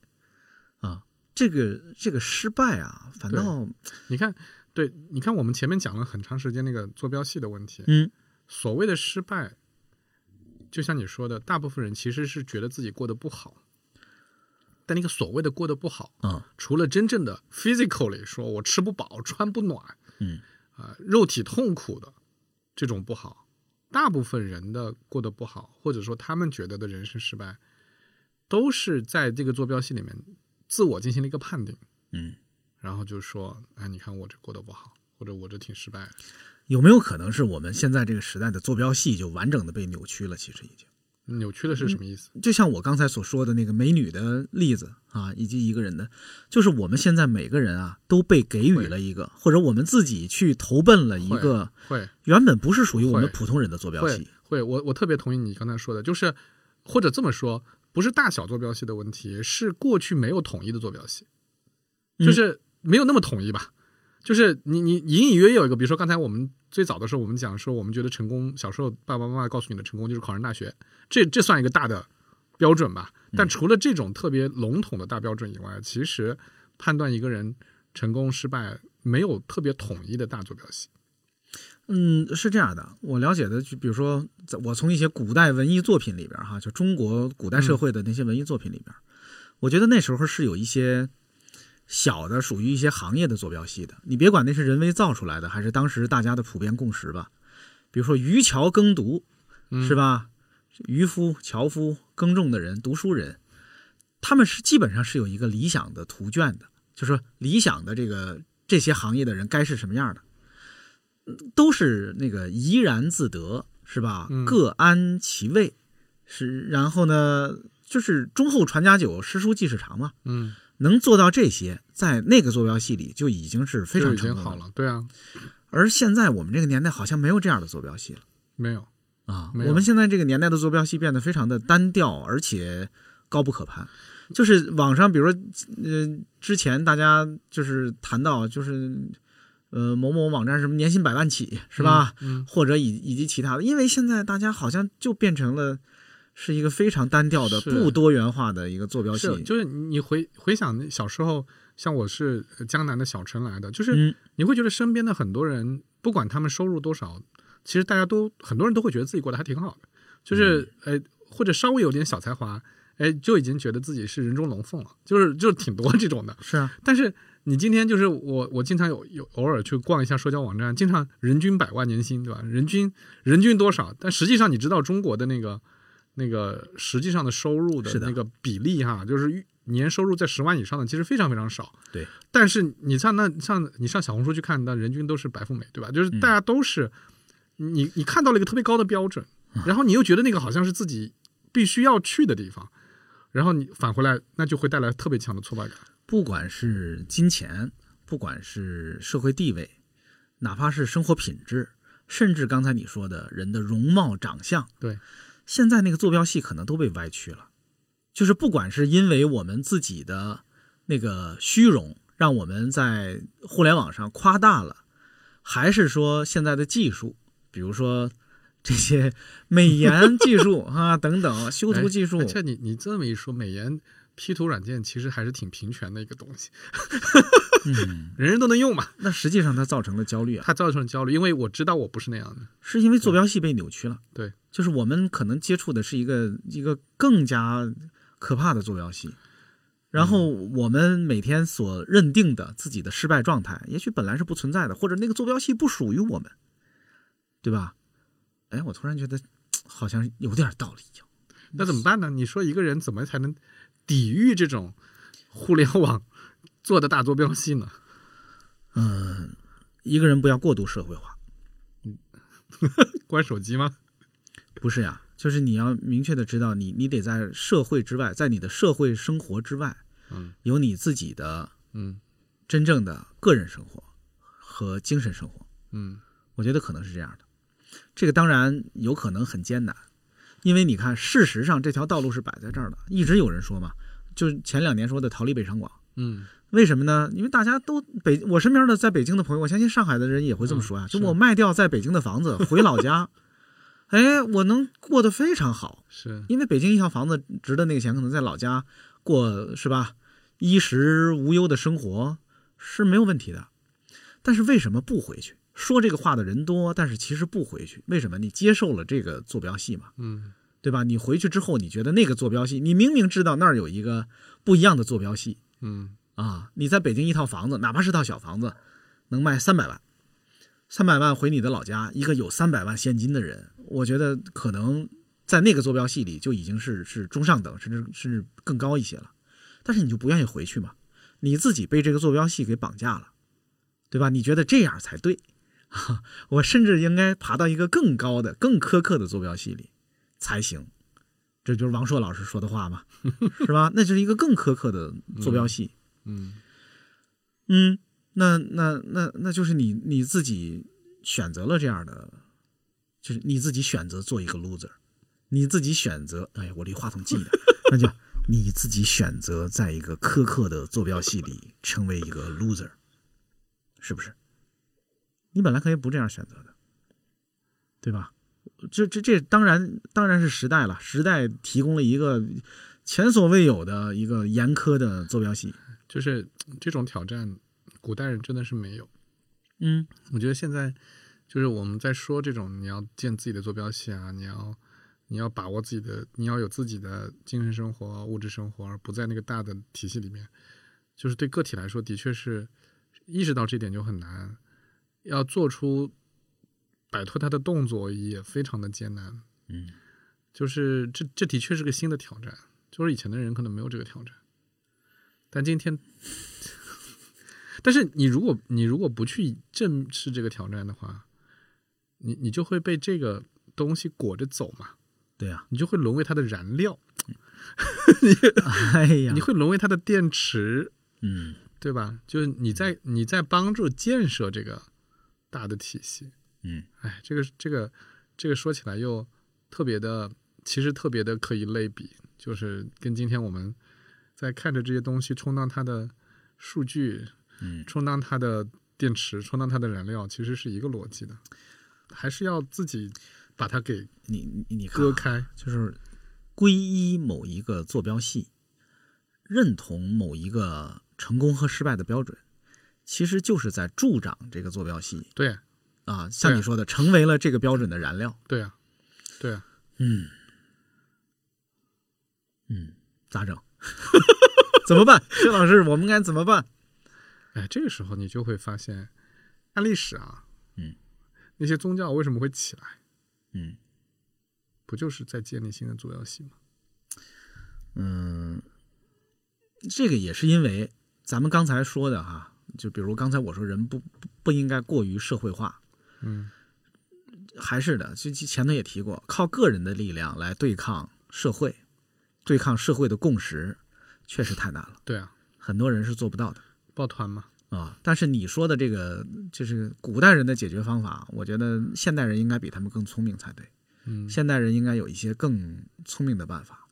啊，这个这个失败啊，反倒
你看，对，你看我们前面讲了很长时间那个坐标系的问题，
嗯
所谓的失败，就像你说的，大部分人其实是觉得自己过得不好，但那个所谓的过得不好，
嗯
除了真正的 physically 说我吃不饱、穿不暖，
嗯
啊、肉体痛苦的这种不好，大部分人的过得不好，或者说他们觉得的人生失败，都是在这个坐标系里面自我进行了一个判定，
嗯，
然后就说，哎，你看我这过得不好，或者我这挺失败的，
有没有可能是我们现在这个时代的坐标系就完整的被扭曲了？其实已经。
扭曲的是什么意思？
就像我刚才所说的那个美女的例子啊，以及一个人的，就是我们现在每个人啊都被给予了一个，或者我们自己去投奔了一个
会
原本不是属于我们
会
普通人的坐标
会
系。
会，我我特别同意你刚才说的，就是或者这么说，不是大小坐标系的问题，是过去没有统一的坐标系，
嗯
就是没有那么统一吧。就是你你隐隐约约有一个，比如说刚才我们最早的时候，我们讲说我们觉得成功，小时候爸爸妈妈告诉你的成功就是考上大学，这这算一个大的标准吧。
嗯
但除了这种特别笼统的大标准以外，其实判断一个人成功失败没有特别统一的大坐标系。
嗯，是这样的，我了解的，就比如说，在我从一些古代文艺作品里边儿哈，就中国古代社会的那些文艺作品里边儿，我觉得那时候是有一些小的属于一些行业的坐标系的。你别管那是人为造出来的，还是当时大家的普遍共识吧。比如说渔樵耕读，是吧？渔夫、樵夫、耕种的人、读书人，他们是基本上是有一个理想的图卷的，就说理想的这个这些行业的人该是什么样的，嗯都是那个怡然自得，是吧？
嗯
各安其位，是然后呢，就是忠厚传家久，诗书继世长嘛。
嗯，
能做到这些，在那个坐标系里就已经是非
就
常
已经
成功
好
了。
了。对啊，
而现在我们这个年代好像没有这样的坐标系了。
没有。
啊，
没有
我们现在这个年代的坐标系变得非常的单调，而且高不可攀。就是网上，比如说，呃，之前大家就是谈到，就是呃某某网站什么年薪百万起，是吧？
嗯
或者以以及其他的，因为现在大家好像就变成了是一个非常单调的、
是
不多元化的一个坐标系。
是，就是你回回想那小时候，像我是呃江南的小城来的，就是
嗯
你会觉得身边的很多人，不管他们收入多少，其实大家都很多人都会觉得自己过得还挺好的，就是呃，
嗯
或者稍微有点小才华，哎，就已经觉得自己是人中龙凤了，就是就是挺多这种的。
是啊，
但是你今天就是我，我经常有有偶尔去逛一下社交网站，经常人均百万年薪，对吧？人均人均多少？但实际上你知道中国的那个那个实际上的收入的
是的
那个比例哈，就是年收入在十万以上的其实非常非常少。
对，
但是你上那上你上小红书去看，那人均都是白富美，对吧？就是
嗯
大家都是、你你看到了一个特别高的标准，
嗯
然后你又觉得那个好像是自己必须要去的地方。然后你返回来，那就会带来特别强的挫败感。
不管是金钱，不管是社会地位，哪怕是生活品质，甚至刚才你说的人的容貌、长相，
对，
现在那个坐标系可能都被歪曲了。就是不管是因为我们自己的那个虚荣，让我们在互联网上夸大了，还是说现在的技术，比如说这些美颜技术 <laughs> 啊等等修图技术，
哎这你你这么一说，美颜 P 图软件其实还是挺平权的一个东西，
嗯，
<laughs> 人人都能用嘛。
那实际上它造成了焦虑啊。
它造成焦虑，因为我知道我不是那样的。
是因为坐标系被扭曲了。
嗯对，
就是我们可能接触的是一个一个更加可怕的坐标系，然后
嗯
我们每天所认定的自己的失败状态，也许本来是不存在的，或者那个坐标系不属于我们，对吧？哎，我突然觉得好像有点道理一样。
那怎么办呢？你说一个人怎么才能抵御这种互联网做的大坐标系呢？
嗯，一个人不要过度社会化，
关手机吗？
不是呀，就是你要明确的知道你，你得在社会之外，在你的社会生活之外，
嗯，
有你自己的
嗯
真正的个人生活和精神生活，
嗯，
我觉得可能是这样的。这个当然有可能很艰难，因为你看，事实上这条道路是摆在这儿的。一直有人说嘛，就是前两年说的逃离北上广，
嗯，
为什么呢？因为大家都北，我身边的在北京的朋友，我相信上海的人也会这么说呀、啊
嗯
就是我卖掉在北京的房子，回老家， <laughs> 哎，我能过得非常好。
是
因为北京一套房子值的那个钱，可能在老家过是吧，衣食无忧的生活是没有问题的。但是为什么不回去？说这个话的人多，但是其实不回去，为什么？你接受了这个坐标系嘛，
嗯
对吧？你回去之后，你觉得那个坐标系，你明明知道那儿有一个不一样的坐标系
嗯
啊，你在北京一套房子，哪怕是套小房子，能卖三百万，三百万回你的老家，一个有三百万现金的人，我觉得可能在那个坐标系里就已经是是中上等，甚至甚至更高一些了，但是你就不愿意回去嘛，你自己被这个坐标系给绑架了，对吧？你觉得这样才对。 <laughs> 我甚至应该爬到一个更高的、更苛刻的坐标系里才行。这就是王朔老师说的话嘛，是吧？那就是一个更苛刻的坐标系。
嗯
嗯，那那那那就是你你自己选择了这样的，就是你自己选择做一个 loser，你自己选择，哎呀，我离话筒近一点，那就你自己选择在一个苛刻的坐标系里成为一个 loser，是不是？你本来可以不这样选择的，对吧？这这这当然当然是时代了，时代提供了一个前所未有的一个严苛的坐标系。
就是这种挑战，古代人真的是没有。
嗯
我觉得现在就是我们在说这种你要建自己的坐标系啊，你要你要把握自己的，你要有自己的精神生活、物质生活，而不在那个大的体系里面。就是对个体来说，的确是意识到这点就很难，要做出摆脱它的动作也非常的艰难。
嗯。
就是这这的确是个新的挑战，就是以前的人可能没有这个挑战，但今天，但是你如果你如果不去正视这个挑战的话，你你就会被这个东西裹着走嘛，
对啊呀、
你就会沦为它的燃料，
<laughs> 哎呀，
你会沦为它的电池，
嗯
对吧？就是你在你在帮助建设这个大的体系，
嗯
哎，这个这个这个说起来又特别的，其实特别的可以类比，就是跟今天我们在看着这些东西充当它的数据，
嗯，
充当它的电池，充当它的燃料，其实是一个逻辑的，还是要自己把它给
你你你看啊
割开。
就是皈依某一个坐标系，认同某一个成功和失败的标准，其实就是在助长这个坐标系
对
啊，像你
对
说的，成为了这个标准的燃料。
对啊，对啊，
嗯嗯，咋整？ <laughs> 怎么办，薛老师？我们该怎么办？
哎，这个时候你就会发现，看历史啊，
嗯，
那些宗教为什么会起来，
嗯
不就是在建立新的坐标系吗？
嗯，这个也是因为咱们刚才说的哈，就比如刚才我说人不不不应该过于社会化，
嗯
还是的，就就前头也提过，靠个人的力量来对抗社会，对抗社会的共识，确实太难了，
对啊，
很多人是做不到的
抱团嘛。
啊。但是你说的这个，就是古代人的解决方法，我觉得现代人应该比他们更聪明才对，
嗯，
现代人应该有一些更聪明的办法，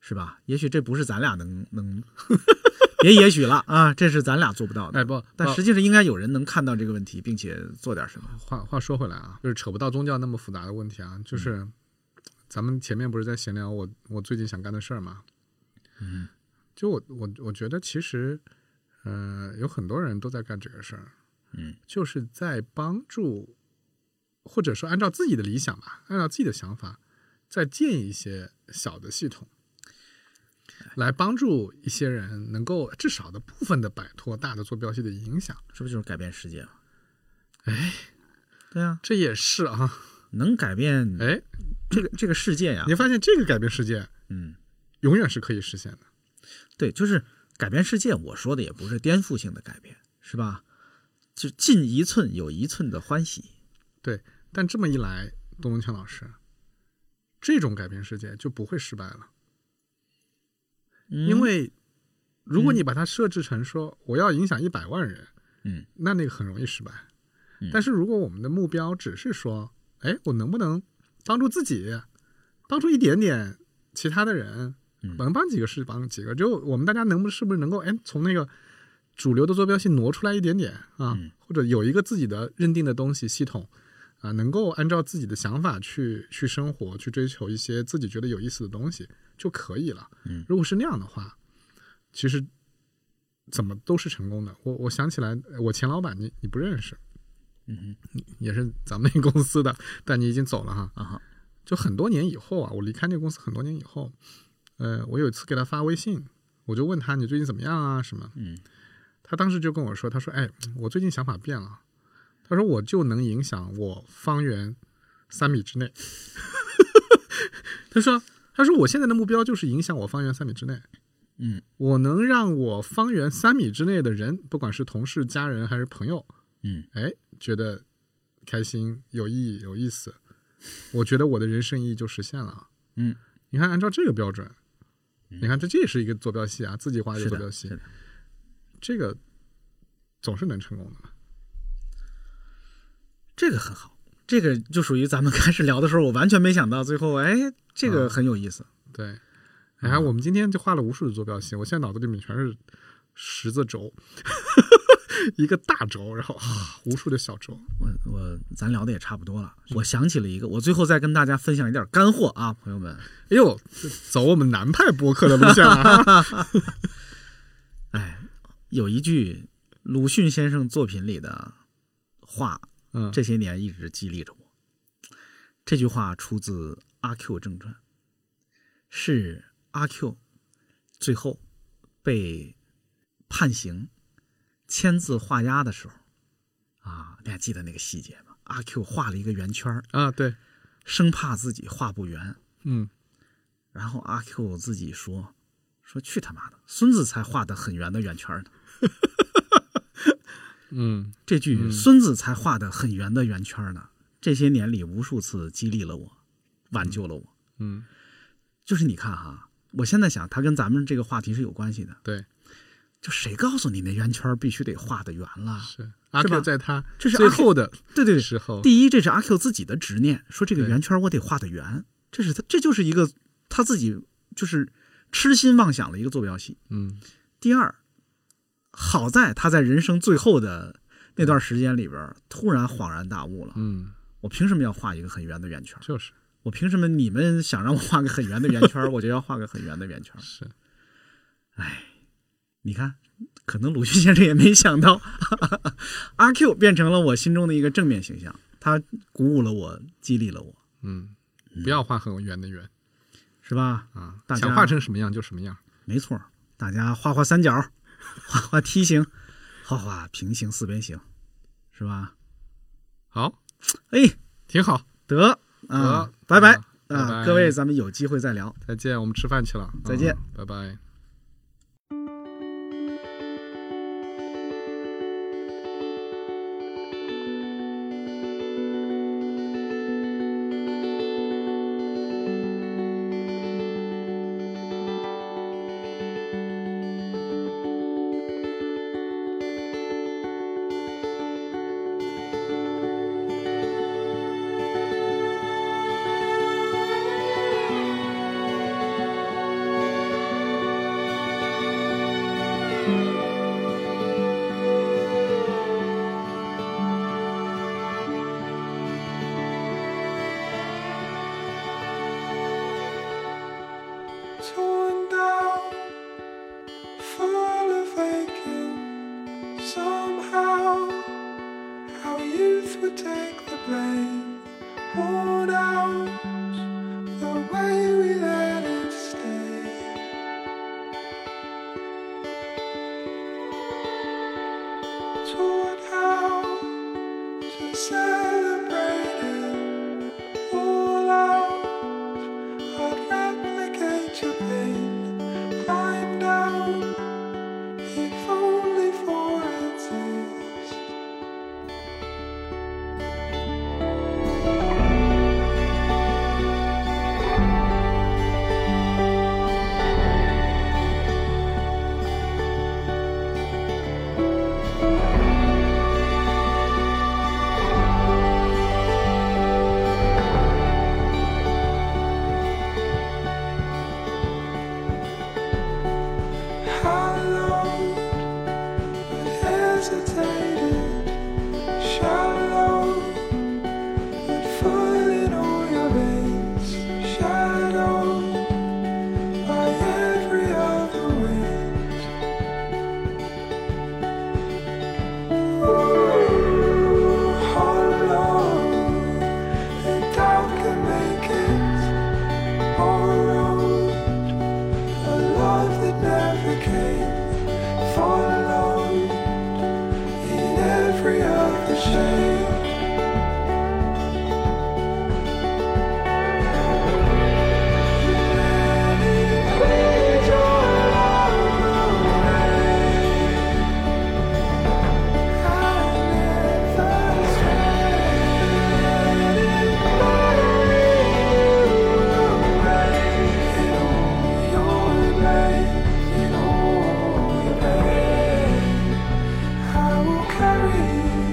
是吧？也许这不是咱俩能能， <laughs> 别也许了啊，这是咱俩做不到
哎
的。
不，
但
不
实际上应该有人能看到这个问题，并且做点什么。
话话说回来啊，就是扯不到宗教那么复杂的问题啊，
嗯
就是、咱们前面不是在闲聊我我最近想干的事儿嘛，
嗯，
就我我我觉得其实，呃，有很多人都在干这个事儿，
嗯，
就是在帮助，或者说按照自己的理想吧，按照自己的想法，再建一些小的系统，来帮助一些人能够至少的部分的摆脱大的坐标系的影响，
这不就是改变世界吗？啊
哎，
对啊，呃
这也是啊，
能改变
哎，
这个这个世界呀
你，发现这个改变世界。
嗯，
永远是可以实现的。
对，就是改变世界。我说的也不是颠覆性的改变，是吧？就进一寸有一寸的欢喜。
但这么一来，董文强老师，这种改变世界就不会失败了，
嗯
因为如果你把它设置成说我要影响一百万人，
嗯，
那那个很容易失败
嗯。
但是如果我们的目标只是说，哎，我能不能帮助自己，帮助一点点其他的人，
嗯
能帮几个是帮几个，就我们大家能不是不是能够哎从那个主流的坐标系挪出来一点点啊，
嗯
或者有一个自己的认定的东西系统啊，能够按照自己的想法去去生活，去追求一些自己觉得有意思的东西就可以了。
嗯
如果是那样的话，其实怎么都是成功的。我我想起来，我钱老板你你不认识，
嗯
也是咱们那个公司的，但你已经走了哈。
哼，啊哈，
就很多年以后啊，我离开那个公司很多年以后，呃，我有一次给他发微信，我就问他你最近怎么样啊什么，
嗯
他当时就跟我说，他说哎，我最近想法变了，他说我就能影响我方圆三米之内， <laughs> 他说他说我现在的目标就是影响我方圆三米之内，
嗯
我能让我方圆三米之内的人，不管是同事、家人还是朋友，
嗯
哎，觉得开心、有意义、有意思，我觉得我的人生意义就实现了啊。
嗯，
你看，按照这个标准，
嗯
你看这这也是一个坐标系啊，自己画一个
是
坐
的，
标系
是，的，
这个总是能成功的嘛。
这个很好，这个就属于咱们开始聊的时候，我完全没想到，最后哎，这个
啊
很有意思。
对，你看、我们今天就画了无数的坐标系，我现在脑子里面全是十字轴， <laughs> 一个大轴，然后啊，无数的小轴。
我我咱聊的也差不多了，我想起了一个，我最后再跟大家分享一点干货啊，朋友们。
哎呦，走我们南派播客的路线
<laughs>
了、啊。
哎，有一句鲁迅先生作品里的话，
嗯，
这些年一直激励着我。这句话出自《阿 Q 正传》，是阿 Q 最后被判刑、签字画押的时候啊，你还记得那个细节吗？阿 Q 画了一个圆圈儿，
啊，对，
生怕自己画不圆，
嗯
然后阿 Q 自己说：“说去他妈的，孙子才画的很圆的圆圈呢。”
嗯
这句“孙子才画的很圆的圆圈呢”，这些年里无数次激励了我，挽救了我。
嗯，
就是你看哈、我现在想，它跟咱们这个话题是有关系的。
对，
就谁告诉你那圆圈必须得画的圆了？
是阿
是吧
Q 在他
这是
最
阿 Q-
后的
对对对，
时候，
第一，这是阿 Q 自己的执念，说这个
对
圆圈我得画的圆，这是他，这就是一个他自己就是痴心妄想的一个坐标系。
嗯
第二，好在他在人生最后的那段时间里边儿，突然恍然大悟了：
嗯，
我凭什么要画一个很圆的圆圈？
就是
我凭什么你们想让我画个很圆的圆圈，我就要画个很圆的圆圈？
是，
哎， <laughs> 你看，可能鲁迅先生也没想到，阿 Q 变成了我心中的一个正面形象，他鼓舞了我，激励了我，
嗯，不要画很圆的圆
是吧？
啊
大，家
想画成什么样就什么样。
没错儿，大家画画三角，画画梯形，画画平行四边形，是吧？
好，
哎，
挺好，
得啊
得，
拜拜
啊拜
啊，
拜
各位，咱们有机会再聊。
再见，我们吃饭去了，啊
再见，
拜拜。
torn down, full of aching. Somehow, our youth would take the blame, worn out the way we let it stay. Taught how to celebrate it all out. I'd replicate your pain. Climb down, if only for its sake. Oh, carry you.